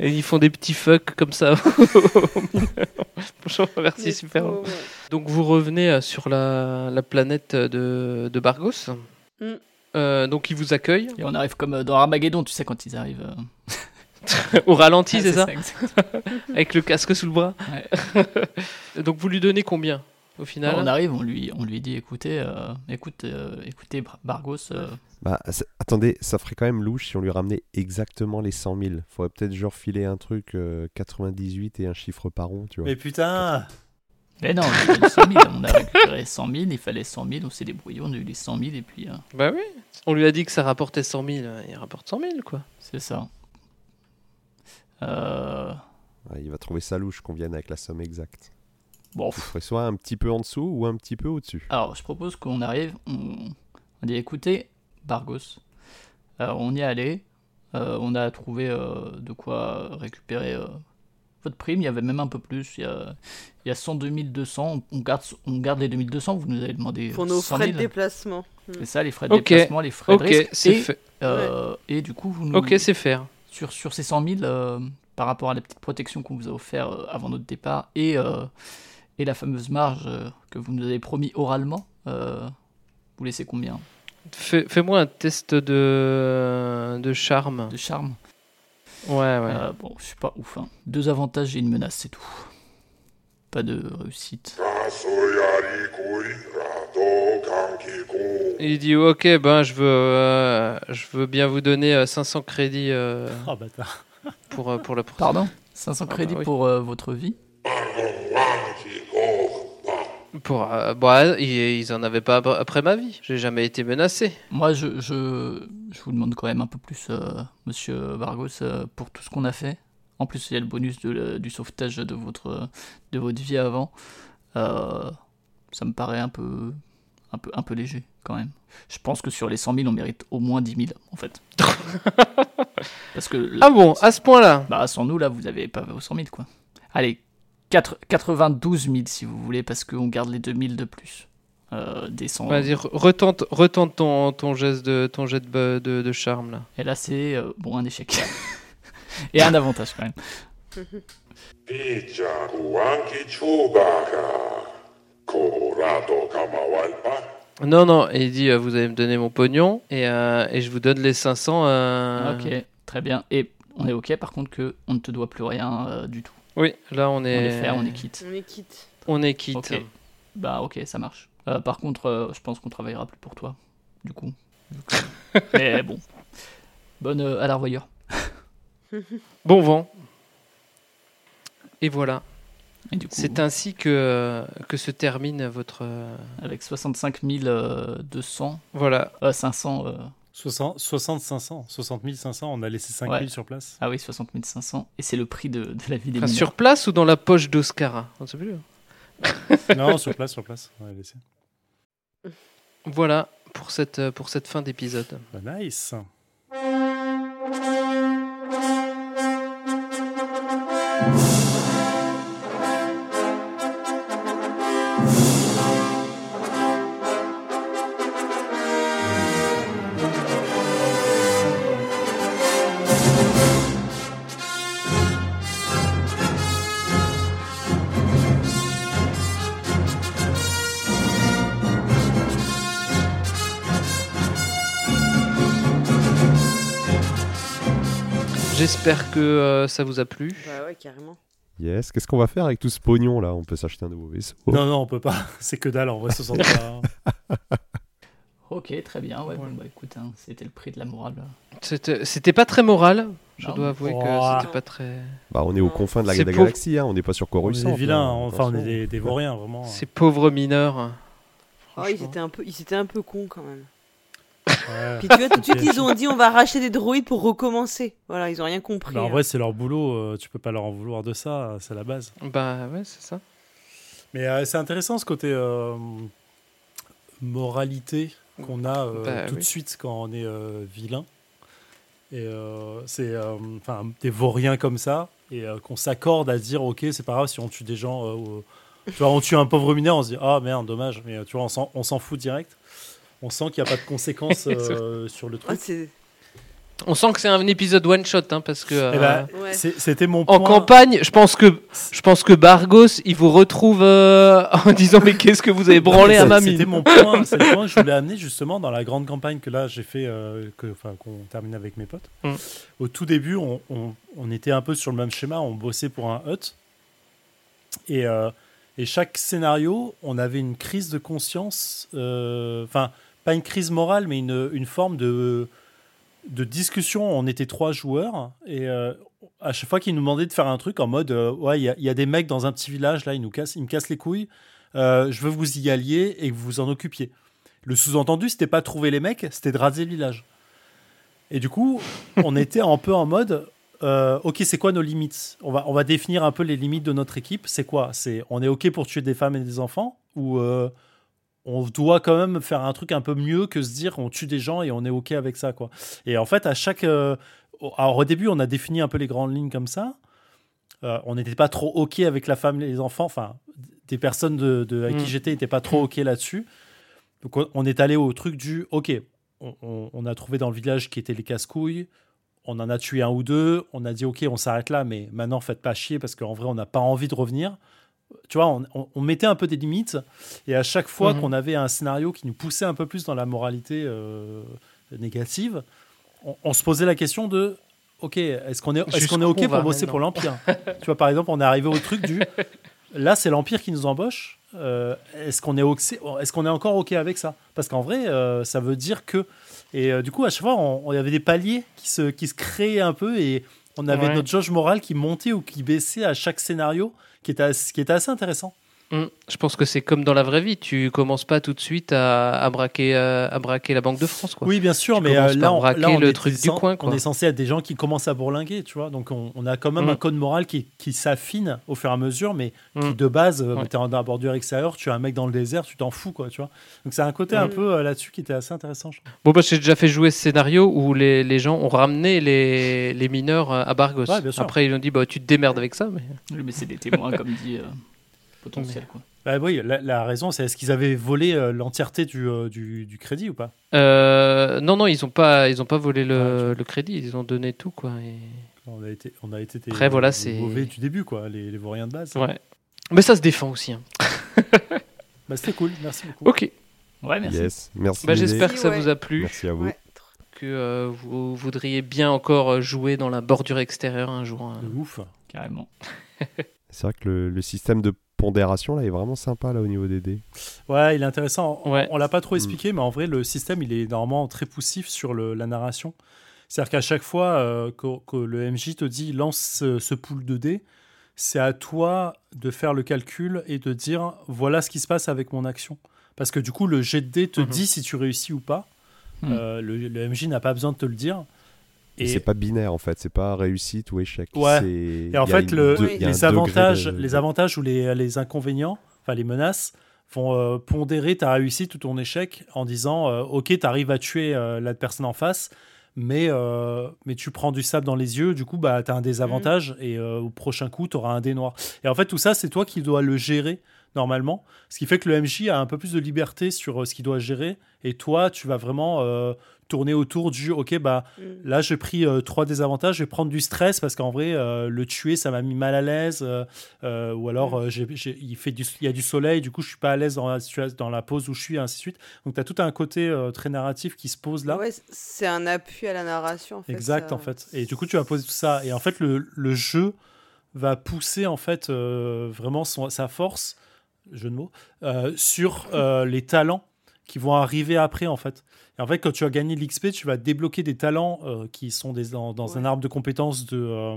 Speaker 1: Et ils font des petits fucks comme ça. Bonjour, merci, super.
Speaker 2: Oh, ouais.
Speaker 1: Donc vous revenez euh, sur la, la planète euh, de, de Bargos.
Speaker 2: Mm.
Speaker 1: Euh, donc ils vous accueillent.
Speaker 4: Et on arrive comme euh, dans Armageddon, tu sais quand ils arrivent. euh.
Speaker 1: Au ralenti,
Speaker 4: Ah,
Speaker 1: c'est ça
Speaker 4: exact.
Speaker 1: Avec le casque sous le bras. Donc vous lui donnez combien au final
Speaker 4: on arrive, on lui on lui dit écoutez euh, écoute euh, écoutez Bar- Bargos euh,
Speaker 5: Bah, ça- attendez, ça ferait quand même louche si on lui ramenait exactement les 100 000. Faudrait peut-être genre filer un truc euh, 98 et un chiffre par rond, tu vois.
Speaker 3: Mais putain
Speaker 4: Mais non, on a eu 100 000, on a récupéré 100 000, il fallait 100 000, on s'est débrouillé, on a eu les 100 000 et puis euh,
Speaker 1: Bah oui. On lui a dit que ça rapportait 100 000. Il rapporte 100 000 quoi.
Speaker 4: c'est ça. Euh,
Speaker 5: Ouais, il va trouver ça louche qu'on vienne avec la somme exacte.
Speaker 4: bon,
Speaker 5: Il
Speaker 4: pff,
Speaker 5: ferait soit un petit peu en dessous ou un petit peu au-dessus.
Speaker 4: alors je propose qu'on arrive, on, on dit écoutez, Bargos, euh, on y est allé, euh, on a trouvé euh, de quoi récupérer euh, votre prime, il y avait même un peu plus, il y a, il y a 102 200, on garde, on garde les 2200, vous nous avez demandé
Speaker 2: Pour nos
Speaker 4: 100
Speaker 2: frais
Speaker 4: 000.
Speaker 2: de déplacement.
Speaker 4: C'est ça, les frais de
Speaker 1: Ok,
Speaker 4: déplacement, les frais
Speaker 1: ok,
Speaker 4: de risque,
Speaker 1: c'est
Speaker 4: et,
Speaker 1: fait.
Speaker 4: euh, et du coup, vous nous,
Speaker 1: Ok, c'est faire.
Speaker 4: sur, sur ces 100 000, euh, par rapport à la petite protection qu'on vous a offert euh, avant notre départ et, euh, et la fameuse marge euh, que vous nous avez promis oralement, euh, vous laissez combien
Speaker 1: Fais- Fais-moi un test euh, de, de charme.
Speaker 4: de charme
Speaker 1: Ouais, ouais. Ah.
Speaker 4: Euh, Bon, je suis pas ouf. hein. Deux avantages et une menace, c'est tout. Pas de réussite.
Speaker 1: Il dit ok, ben je veux, euh, je veux bien vous donner euh, 500 crédits euh,
Speaker 3: Ah, bâtard.
Speaker 1: pour, euh, pour la poursuite.
Speaker 4: Pardon 500
Speaker 1: bah
Speaker 4: crédits
Speaker 1: oui.
Speaker 4: pour euh, votre vie
Speaker 1: Pour, euh, bon, ils, ils en avaient pas ap- après ma vie. J'ai jamais été menacé.
Speaker 4: Moi, je, je, je vous demande quand même un peu plus, euh, monsieur Vargos, euh, pour tout ce qu'on a fait. En plus, il y a le bonus de le- du sauvetage de votre, de votre vie avant. Euh, ça me paraît un peu, un, peu, un peu léger, quand même. Je pense que sur les 100 000, on mérite au moins 10 000, en fait. Parce que là,
Speaker 1: Ah bon, à ce point-là.
Speaker 4: bah, sans nous, là, vous n'avez pas vos 100 000, quoi. Allez, quatre- 92 000, si vous voulez, parce qu'on garde les 2 000 de plus. Euh, des 100
Speaker 1: Vas-y, re- retente, retente ton, ton geste de ton jet de, ba- de- de charme là.
Speaker 4: Et là, c'est euh, bon un échec. Et un avantage quand même.
Speaker 1: Non, non. Et il dit euh, vous allez me donner mon pognon et, euh, et je vous donne les 500. euh,
Speaker 4: Ok, très bien. Et on est ok par contre que on ne te doit plus rien euh, du tout.
Speaker 1: Oui, là on
Speaker 4: On
Speaker 1: est.
Speaker 4: est fair, on est quitte.
Speaker 2: On est quitte.
Speaker 1: on est quitte.
Speaker 4: Ok. Bah ok, ça marche. Euh, par contre, euh, je pense qu'on travaillera plus pour toi, du coup. Mais bon. Bonne euh, à la revoyure.
Speaker 1: Bon vent. Et voilà.
Speaker 4: Et du coup,
Speaker 1: C'est ainsi que euh, que se termine votre. euh,
Speaker 4: avec 65 000, euh, 200,
Speaker 1: Voilà.
Speaker 4: euh, 500, euh,
Speaker 3: 60, 60 500, 60 500, on a laissé 5 000
Speaker 4: Ouais.
Speaker 3: sur place.
Speaker 4: ah oui, 60 500. Et c'est le prix de, de la vie des
Speaker 1: Enfin,
Speaker 4: mineurs.
Speaker 1: sur place ou dans la poche d'Oscar On sait plus. hein.
Speaker 3: non, sur place, sur place. On a laissé.
Speaker 1: Voilà pour cette euh, pour cette fin d'épisode.
Speaker 3: Bah, nice.
Speaker 1: J'espère que euh, ça vous a plu.
Speaker 2: Bah ouais, carrément.
Speaker 5: Yes. Qu'est-ce qu'on va faire avec tout ce pognon là On peut s'acheter un nouveau vaisseau.
Speaker 3: Non, non, on peut pas. C'est que dalle, en vrai, 60 pas.
Speaker 4: Ok, très bien. Ouais, bon, bah, écoute, hein, c'était le prix de la morale. Bah,
Speaker 1: C'était c'était pas très moral. Je
Speaker 4: Non.
Speaker 1: dois avouer
Speaker 3: Oh.
Speaker 1: que c'était pas très.
Speaker 5: Bah, on est aux confins de la,
Speaker 1: C'est
Speaker 5: la
Speaker 1: pauvre.
Speaker 5: galaxie, hein, on n'est pas sur
Speaker 3: on
Speaker 5: Coruscant.
Speaker 3: est des vilains,
Speaker 5: hein,
Speaker 3: enfin, on est
Speaker 5: attention.
Speaker 3: des, des vauriens, vraiment.
Speaker 1: Ces pauvres mineurs.
Speaker 2: Oh, ils étaient un peu, ils étaient un peu cons quand même.
Speaker 3: Ouais.
Speaker 2: Puis tu vois, tout de suite, ils ont dit on va racheter des droïdes pour recommencer. Voilà, ils ont rien compris.
Speaker 3: Bah, en
Speaker 2: hein.
Speaker 3: vrai, c'est leur boulot, euh, tu peux pas leur en vouloir de ça, c'est la base.
Speaker 1: Bah ouais, c'est ça.
Speaker 3: Mais euh, c'est intéressant ce côté euh, moralité qu'on a euh,
Speaker 1: Bah,
Speaker 3: tout
Speaker 1: oui.
Speaker 3: de suite quand on est euh, vilain. Et euh, c'est euh, enfin des vauriens comme ça et euh, qu'on s'accorde à se dire ok c'est pas grave si on tue des gens. euh, ou- tu vois on tue un pauvre mineur on se dit ah merde dommage mais euh, tu vois on s'en on s'en fout direct. On sent qu'il n'y a pas de conséquences euh, sur le
Speaker 2: Ouais,
Speaker 3: truc.
Speaker 2: Ah, c'est-
Speaker 1: On sent que c'est un épisode one shot hein, parce que.
Speaker 3: Eh
Speaker 1: euh,
Speaker 3: ben,
Speaker 2: ouais.
Speaker 3: c'est- C'était mon point.
Speaker 1: En campagne, je pense que je pense que Bargos, il vous retrouve euh, en disant mais qu'est-ce que vous avez branlé à
Speaker 3: C'est-
Speaker 1: ma
Speaker 3: C'était
Speaker 1: mine
Speaker 3: mon point, c'est le point que je voulais amener justement dans la grande campagne que là j'ai fait, euh, que- enfin qu'on termine avec mes potes.
Speaker 1: Mm.
Speaker 3: Au tout début, on, on- on était un peu sur le même schéma, on bossait pour un hut. Et, euh, et chaque scénario, on avait une crise de conscience, euh, enfin pas une crise morale, mais une, une forme de, de discussion. On était trois joueurs et euh, à chaque fois qu'ils nous demandaient de faire un truc en mode euh, Ouais, il y a- il y, a des mecs dans un petit village, là, ils, nous cassent, ils me cassent les couilles, Euh, je veux vous y allier et que vous vous en occupiez. Le sous-entendu, c'était pas trouver les mecs, c'était de raser le village. Et du coup, on était un peu en mode euh, Ok, c'est quoi nos limites on va, on va définir un peu les limites de notre équipe. C'est quoi C'est On est OK pour tuer des femmes et des enfants ou. euh, on doit quand même faire un truc un peu mieux que se dire on tue des gens et on est ok avec ça quoi. Et en fait à chaque euh, au- alors au début on a défini un peu les grandes lignes comme ça. Euh, on n'était pas trop ok avec la femme et les enfants, enfin des personnes de, de- à
Speaker 1: Mm.
Speaker 3: qui j'étais n'étaient pas trop ok là-dessus. Donc on, on est allé au truc du ok. On, on- on a trouvé dans le village qui étaient les casse-couilles. On en a tué un ou deux. On a dit ok on s'arrête là, mais maintenant faites pas chier parce qu'en vrai on n'a pas envie de revenir. Tu vois on- on- on mettait un peu des limites. Et à chaque fois
Speaker 1: Mhm.
Speaker 3: qu'on avait un scénario qui nous poussait un peu plus dans la moralité euh, négative, on, on se posait la question de OK, est-ce qu'on est, est,
Speaker 1: Jusqu'où
Speaker 3: qu'on est OK
Speaker 1: on va
Speaker 3: pour
Speaker 1: maintenant
Speaker 3: bosser pour l'Empire Tu vois, par exemple, on est arrivé au truc du Là, c'est l'Empire qui nous embauche. Euh, est-ce qu'on est, oxé- est-ce qu'on est encore OK avec ça Parce qu'en vrai, euh, ça veut dire que. Et euh, du coup, à chaque fois, on, on avait des paliers qui se, qui se créaient un peu et on avait
Speaker 1: Ouais.
Speaker 3: notre jauge morale qui montait ou qui baissait à chaque scénario, qui était, as- qui était assez intéressant.
Speaker 1: Mm. Je pense que c'est comme dans la vraie vie. Tu commences pas tout de suite à, à braquer, euh, à braquer la Banque de France. Quoi.
Speaker 3: Oui, bien sûr,
Speaker 1: Tu
Speaker 3: mais
Speaker 1: commences
Speaker 3: euh,
Speaker 1: par
Speaker 3: là, on,
Speaker 1: braquer
Speaker 3: là, on
Speaker 1: le
Speaker 3: est
Speaker 1: truc du
Speaker 3: cen-
Speaker 1: coin, quoi.
Speaker 3: on est censé être des gens qui commencent à bourlinguer, tu vois. Donc, on, on a quand même
Speaker 1: Mm.
Speaker 3: un code moral qui, qui s'affine au fur et à mesure, mais
Speaker 1: Mm.
Speaker 3: qui, de base, euh,
Speaker 1: Ouais.
Speaker 3: t'es en- dans la bordure extérieure, tu as un mec dans le désert, tu t'en fous, quoi, tu vois. Donc, c'est un côté
Speaker 2: Mm.
Speaker 3: un peu euh, là-dessus qui était assez intéressant, je trouve.
Speaker 1: Bon, bah, j'ai déjà fait jouer ce scénario où les, les gens ont ramené les, les mineurs euh, à Bargos.
Speaker 3: Ouais, bien sûr.
Speaker 1: Après, ils ont dit bah, tu te démerdes avec ça. Mais...
Speaker 4: Oui, mais c'est des témoins, comme dit, euh, potentiels. Quoi.
Speaker 3: Bah oui, la, la raison, c'est est-ce qu'ils avaient volé euh, l'entièreté du, euh, du, du crédit ou pas
Speaker 1: Euh, non, non, ils ont pas, ils ont pas volé le,
Speaker 3: Ouais,
Speaker 1: le crédit. Ils ont donné tout. Quoi, et-
Speaker 3: on a été, on a été des,
Speaker 1: Après, voilà,
Speaker 3: des
Speaker 1: c'est-
Speaker 3: mauvais du début, quoi, les, les vauriens de base.
Speaker 1: ouais. Mais ça se défend aussi. hein.
Speaker 3: Bah, c'était cool, merci beaucoup.
Speaker 1: Ok.
Speaker 4: Ouais, merci.
Speaker 5: Yes, merci.
Speaker 1: Bah,
Speaker 5: Lily.
Speaker 1: J'espère que ça
Speaker 2: Ouais.
Speaker 1: vous a plu.
Speaker 5: Merci à vous.
Speaker 2: Ouais, trop-
Speaker 1: que euh, vous voudriez bien encore euh, jouer dans la bordure extérieure un jour. hein.
Speaker 3: De ouf.
Speaker 4: Carrément.
Speaker 5: C'est vrai que le, le système de pondération là est vraiment sympa là au niveau des dés.
Speaker 3: Ouais, il est intéressant. On,
Speaker 1: Ouais.
Speaker 3: on l'a pas
Speaker 5: Mm.
Speaker 3: trop expliqué, mais en vrai, le système, il est normalement très poussif sur le- la narration. C'est-à-dire qu'à chaque fois euh, que, que le MJ te dit lance ce, ce pool de dés, c'est à toi de faire le calcul et de dire voilà ce qui se passe avec mon action. Parce que du coup, le jet de dés te
Speaker 1: Mhm. Mm.
Speaker 3: dit si tu réussis ou pas.
Speaker 4: Mhm.
Speaker 3: Euh, le, le MJ n'a pas besoin de te le dire.
Speaker 5: Et c'est pas binaire en fait, c'est pas réussite ou échec.
Speaker 3: Ouais.
Speaker 5: C'est- il y
Speaker 3: Et en
Speaker 5: a
Speaker 3: fait,
Speaker 5: une
Speaker 3: le-
Speaker 5: deux- il y a un
Speaker 3: les,
Speaker 5: degré
Speaker 3: avantages,
Speaker 5: de-
Speaker 3: les avantages ou les, les inconvénients, enfin les menaces, vont euh, pondérer ta réussite ou ton échec en disant euh, Ok, tu arrives à tuer euh, la personne en face, mais, euh, mais tu prends du sable dans les yeux, du coup, bah, tu as un désavantage et euh, au prochain coup, tu auras un dé noir. Et en fait, tout ça, c'est toi qui dois le gérer normalement, ce qui fait que le MJ a un peu plus de liberté sur euh, ce qu'il doit gérer, et toi, tu vas vraiment euh, tourner autour du Ok, bah.
Speaker 2: Mm.
Speaker 3: Là, j'ai pris euh, trois désavantages. Je vais prendre du stress parce qu'en vrai, euh, le tuer, ça m'a mis mal à l'aise. euh, euh, ou alors,
Speaker 2: Mm.
Speaker 3: euh, j'ai- j'ai- il, fait du, il y a du soleil, du coup, je suis pas à l'aise dans la, situa- dans la pose où je suis, et ainsi de suite. Donc, tu as tout un côté euh, très narratif qui se pose là.
Speaker 2: Ouais, c- c'est un appui à la narration en fait.
Speaker 3: exact,
Speaker 2: ça.
Speaker 3: en fait. Et du coup, tu vas poser tout ça. Et en fait, le, le jeu va pousser, en fait, euh, vraiment son- sa force, jeu de mots, euh, sur euh, les talents qui vont arriver après, en fait. Et en fait, quand tu as gagné l'XP, tu vas débloquer des talents euh, qui sont des- dans, dans un
Speaker 2: Ouais.
Speaker 3: arbre de compétences de, euh,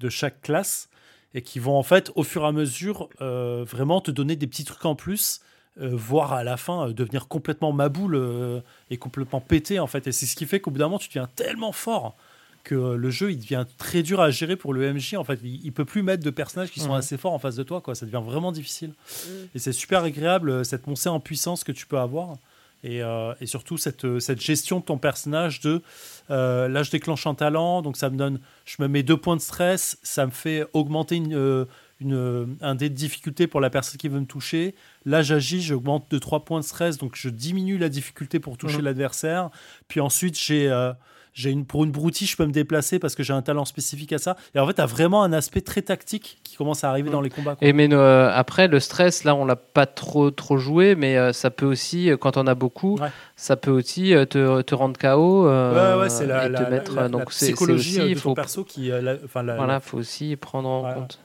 Speaker 3: de chaque classe et qui vont, en fait, au fur et à mesure, euh, vraiment te donner des petits trucs en plus, euh, voire à la fin euh, devenir complètement maboule euh, et complètement pété, en fait. Et c'est ce qui fait qu'au bout d'un moment, tu deviens tellement fort que euh, le jeu, il devient très dur à gérer pour le MJ, en fait. Il, il peut plus mettre de personnages qui sont
Speaker 1: Mhm.
Speaker 3: assez forts en face de toi, quoi. Ça devient vraiment difficile.
Speaker 2: Mm.
Speaker 3: Et c'est super agréable, euh, cette montée en puissance que tu peux avoir. Et, euh, et surtout, cette, euh, cette gestion de ton personnage de euh, là, je déclenche un talent, donc ça me donne, je me mets deux points de stress, ça me fait augmenter une, euh, une, euh, un dé de difficulté pour la personne qui veut me toucher. Là, j'agis, j'augmente de trois points de stress, donc je diminue la difficulté pour toucher
Speaker 1: Mhm.
Speaker 3: l'adversaire. Puis ensuite, j'ai. euh, j'ai une, pour une broutille, je peux me déplacer parce que j'ai un talent spécifique à ça. Et en fait, tu as vraiment un aspect très tactique qui commence à arriver
Speaker 1: Mhm.
Speaker 3: dans les combats. quoi.
Speaker 1: Et mais euh, après, le stress, là, on l'a pas trop trop joué, mais euh, ça peut aussi, euh, quand on a beaucoup,
Speaker 3: Ouais.
Speaker 1: ça peut aussi euh, te, te rendre KO. euh,
Speaker 3: ouais, ouais, c'est la,
Speaker 1: et
Speaker 3: la-
Speaker 1: te mettre,
Speaker 3: la-
Speaker 1: euh, donc
Speaker 3: la
Speaker 1: c'est- c'est
Speaker 3: psychologie
Speaker 1: aussi,
Speaker 3: euh,
Speaker 1: il
Speaker 3: de
Speaker 1: faut,
Speaker 3: ton perso qui. euh, la- Enfin, la-
Speaker 1: Voilà, faut aussi prendre en
Speaker 3: Voilà.
Speaker 1: compte.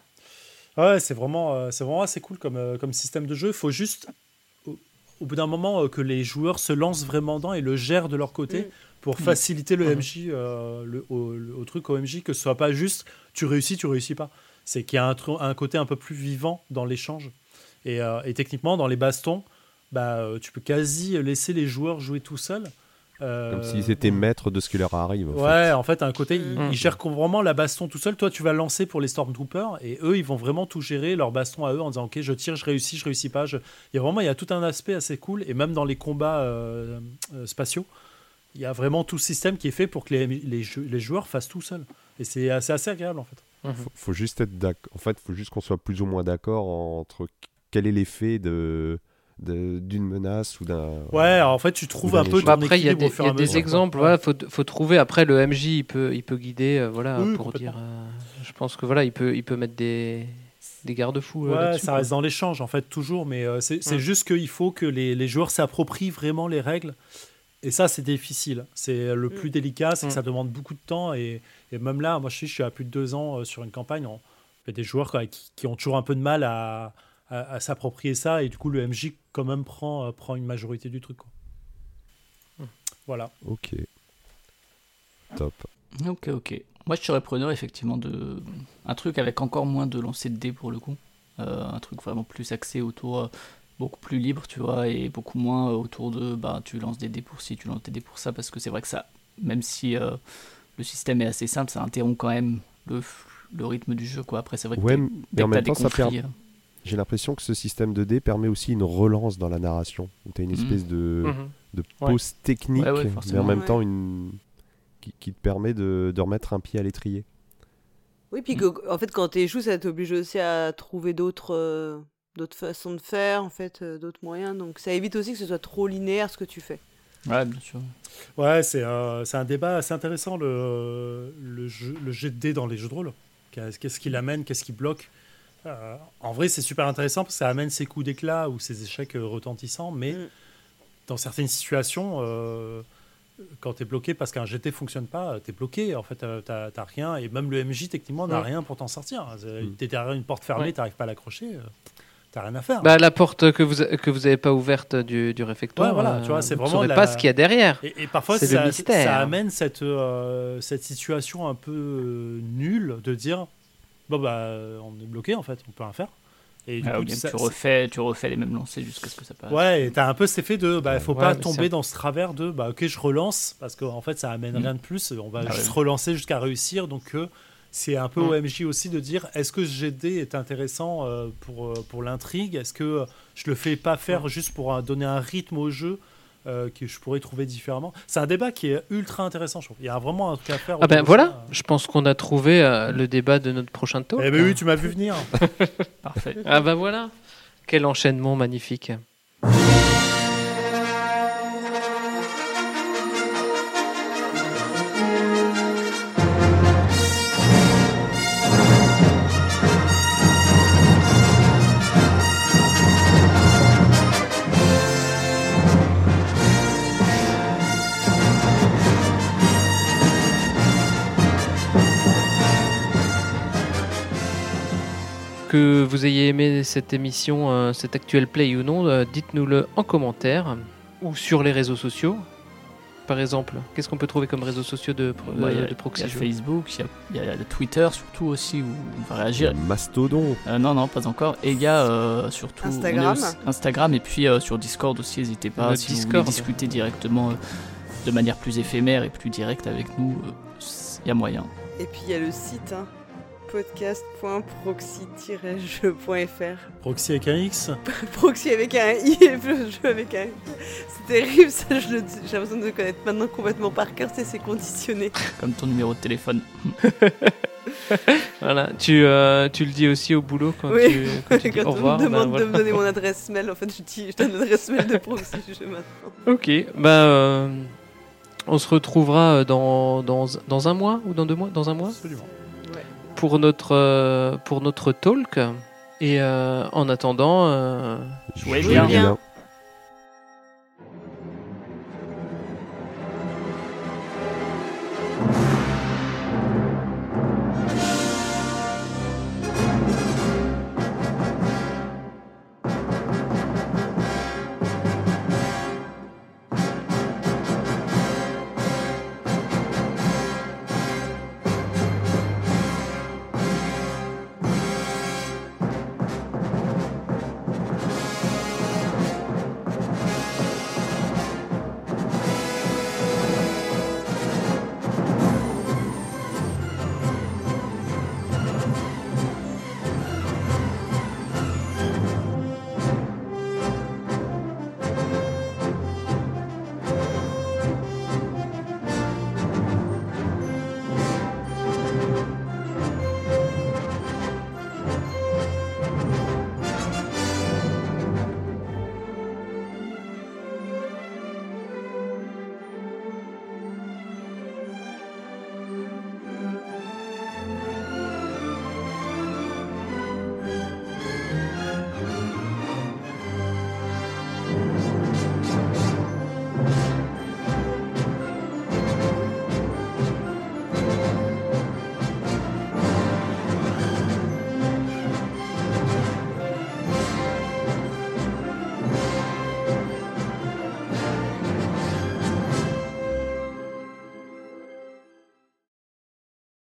Speaker 3: Ouais, c'est vraiment, euh, c'est vraiment assez cool comme, euh, comme système de jeu. Il faut juste, au, au bout d'un moment, euh, que les joueurs se lancent vraiment dans et le gèrent de leur côté
Speaker 2: Mm.
Speaker 3: pour faciliter le
Speaker 5: Mm-hmm.
Speaker 1: Mhm.
Speaker 3: MJ, euh, le, au, le- au truc au MJ, que ce soit pas juste tu réussis, tu réussis pas. C'est qu'il y a un, tru- un côté un peu plus vivant dans l'échange. Et, euh, et techniquement, dans les bastons, bah, euh, tu peux quasi laisser les joueurs jouer tout seuls. Euh,
Speaker 5: Comme s'ils étaient maîtres de ce qui leur arrive. en
Speaker 3: Ouais, en fait, à un côté, ils,
Speaker 1: Mm.
Speaker 3: ils gèrent vraiment la baston tout seul. Toi, tu vas lancer pour les Stormtroopers et eux, ils vont vraiment tout gérer, leur baston à eux, en disant Ok, je tire, je réussis, je réussis pas. je- Il y a vraiment il y a tout un aspect assez cool. Et même dans les combats euh, euh, spatiaux, il y a vraiment tout ce système qui est fait pour que les, les, jeux- les joueurs fassent tout seuls. Et c'est assez, assez agréable, en fait.
Speaker 5: faut, faut juste être d'accord. En fait, faut juste qu'on soit plus ou moins d'accord entre quel est l'effet de de- d'une menace ou d'un.
Speaker 3: Ouais, alors, en fait, tu trouves un
Speaker 5: Bah,
Speaker 3: peu ton
Speaker 1: Bah, après, il y a
Speaker 3: équilibre
Speaker 1: des,
Speaker 3: au fur
Speaker 1: il y
Speaker 3: et
Speaker 1: a
Speaker 3: à
Speaker 1: des
Speaker 3: mesure.
Speaker 1: exemples.
Speaker 3: Ouais.
Speaker 1: Voilà, faut, faut trouver. Après, le MJ, il peut, il peut guider. euh, voilà,
Speaker 3: Oui,
Speaker 1: pour
Speaker 3: complètement.
Speaker 1: dire. euh, je pense que voilà, il peut, il peut mettre des, des garde-fous. euh,
Speaker 3: Ouais,
Speaker 1: là-dessus,
Speaker 3: ça
Speaker 1: quoi.
Speaker 3: reste dans l'échange en fait toujours, mais euh, c'est c'est
Speaker 1: Mm.
Speaker 3: juste qu'il faut que les, les joueurs s'approprient vraiment les règles. Et ça, c'est difficile. C'est le plus délicat, c'est
Speaker 1: Mm.
Speaker 3: que ça demande beaucoup de temps. Et, et même là, moi je suis, je suis à plus de deux ans euh, sur une campagne. on- Il y a des joueurs quoi, qui, qui ont toujours un peu de mal à, à, à s'approprier ça et du coup le MJ quand même prend, euh, prend une majorité du truc. quoi.
Speaker 1: Hmm.
Speaker 3: Voilà.
Speaker 5: Ok. Top.
Speaker 4: Ok, ok. Moi, je serais preneur effectivement de un truc avec encore moins de lancer de dés pour le coup. Euh, un truc vraiment plus axé autour, euh, beaucoup plus libre, tu vois, et beaucoup moins euh, autour de bah tu lances des dés pour ci, tu lances des dés pour ça, parce que c'est vrai que ça, même si euh, le système est assez simple, ça interrompt quand même le, f- le rythme du jeu, quoi. Après, c'est vrai que
Speaker 5: Ouais,
Speaker 4: dès-
Speaker 5: mais
Speaker 4: dès
Speaker 5: en
Speaker 4: que t'as
Speaker 5: même temps,
Speaker 4: des
Speaker 5: ça perd-
Speaker 4: conflits, euh,
Speaker 5: J'ai l'impression que ce système de dés permet aussi une relance dans la narration, où tu as une
Speaker 4: Mhm.
Speaker 5: espèce de,
Speaker 1: Mhm.
Speaker 5: de
Speaker 1: Ouais.
Speaker 5: pause technique,
Speaker 4: Ouais, ouais,
Speaker 5: mais en
Speaker 4: forcément.
Speaker 5: même
Speaker 2: Ouais.
Speaker 5: temps une... qui, qui te permet de, de remettre un pied à l'étrier.
Speaker 2: Oui, puis
Speaker 4: Mm.
Speaker 1: Mmh.
Speaker 2: que- en fait, quand t'échoues, ça t'oblige aussi à trouver d'autres euh, d'autres façons de faire, en fait, euh, d'autres moyens. Donc ça évite aussi que ce soit trop linéaire ce que tu fais.
Speaker 4: Ouais, bien sûr.
Speaker 3: Ouais, c'est euh, c'est un débat assez intéressant, le, le, jeu, le jet de dés dans les jeux de rôle. Qu'est-ce qu'est-ce qui l'amène, qu'est-ce qui bloque Euh, En vrai, c'est super intéressant parce que ça amène ces coups d'éclat ou ces échecs euh, retentissants, mais
Speaker 2: Mm.
Speaker 3: dans certaines situations, euh, quand tu es bloqué parce qu'un GT fonctionne pas, tu es bloqué, en fait, euh, t'as t'as rien, et même le MJ, techniquement, n'a
Speaker 1: Ouais.
Speaker 3: rien pour t'en sortir. C'est-
Speaker 5: Mm.
Speaker 3: T'es derrière une porte fermée,
Speaker 1: Ouais.
Speaker 3: t'arrives pas à l'accrocher, euh, t'as rien à faire.
Speaker 1: Bah, la porte que vous que vous avez pas ouverte du, du réfectoire, euh,
Speaker 3: Ouais, voilà, tu vois, c'est
Speaker 1: vous ne
Speaker 3: vraiment
Speaker 1: saurez
Speaker 3: la-
Speaker 1: pas ce qu'il y a derrière.
Speaker 3: Et, et parfois,
Speaker 1: C'est le
Speaker 3: ça,
Speaker 1: mystère.
Speaker 3: ça amène cette, euh, cette situation un peu euh, nulle de dire bon, bah, on est bloqué en fait, on peut rien faire. Et du
Speaker 4: Ah,
Speaker 3: coup,
Speaker 4: ou bien
Speaker 3: ça-
Speaker 4: tu refais, tu refais les mêmes lancers jusqu'à ce que ça passe.
Speaker 3: Ouais, et t'as un peu cet effet de bah, faut
Speaker 1: Ouais,
Speaker 3: pas
Speaker 1: mais
Speaker 3: tomber
Speaker 1: c'est-
Speaker 3: dans ce travers de bah, ok, je relance parce qu'en fait, ça amène
Speaker 4: Mm.
Speaker 3: rien de plus, on va
Speaker 4: Ah
Speaker 3: juste
Speaker 4: ouais.
Speaker 3: relancer jusqu'à réussir. Donc, euh, c'est un peu
Speaker 1: Mm.
Speaker 3: OMJ aussi de dire est-ce que ce GD est intéressant euh, pour, euh, pour l'intrigue Est-ce que euh, je le fais pas
Speaker 1: Mm.
Speaker 3: faire juste pour euh, donner un rythme au jeu euh, que je pourrais trouver différemment C'est un débat qui est ultra intéressant, je trouve. Il y a vraiment un truc à faire.
Speaker 1: Ah ben
Speaker 4: Oh,
Speaker 3: autour de
Speaker 1: voilà,
Speaker 3: ça.
Speaker 1: je pense qu'on a trouvé euh, le débat de notre prochain talk.
Speaker 3: Eh ben oui, tu m'as vu venir.
Speaker 4: Parfait.
Speaker 1: Ah ben voilà, quel enchaînement magnifique. Que vous ayez aimé cette émission, euh, cet actuel play ou non, euh, dites-nous-le en commentaire ou sur les réseaux sociaux. Par exemple, qu'est-ce qu'on peut trouver comme réseaux sociaux de, pro- euh,
Speaker 4: Ouais, il Bah, y a-
Speaker 1: de proxy
Speaker 4: il y a
Speaker 1: jeux
Speaker 4: Facebook, il y a- il y, a le Twitter surtout aussi où on va réagir.
Speaker 1: Mm.
Speaker 5: Mastodon
Speaker 4: Euh, non, non, pas encore. Et il y a euh, surtout on est
Speaker 2: Instagram.
Speaker 4: aussi- Instagram et puis euh, sur Discord aussi, n'hésitez pas
Speaker 1: Le
Speaker 4: si vous
Speaker 1: Discord.
Speaker 4: voulez discuter directement euh, de manière plus éphémère et plus directe avec nous, euh, il y a moyen.
Speaker 2: Et puis il y a le site, hein, podcast.proxy-jeu.fr.
Speaker 3: Proxy avec un X.
Speaker 2: Proxy avec un i et le jeu avec un i. C'est terrible, ça, je le dis- j'ai l'impression de le connaître maintenant complètement par cœur, c'est c'est conditionné.
Speaker 4: Comme ton numéro de téléphone.
Speaker 1: Voilà, tu, euh, tu le dis aussi au boulot quand
Speaker 2: Oui.
Speaker 1: tu, quand tu dis
Speaker 2: Quand
Speaker 1: au
Speaker 2: on
Speaker 1: revoir.
Speaker 2: me
Speaker 1: ben
Speaker 2: demande
Speaker 1: voilà.
Speaker 2: de me donner mon adresse mail, en fait, je dis, je donne l'adresse mail de Proxy Jeu maintenant.
Speaker 1: Ok, bah euh, on se retrouvera euh, dans, dans, dans un mois ou dans deux mois, dans un mois
Speaker 3: Absolument.
Speaker 2: Ouais.
Speaker 1: pour notre euh, pour notre talk. Et euh, en attendant, euh,
Speaker 4: Jouez
Speaker 5: Jouez
Speaker 4: bien.
Speaker 2: bien.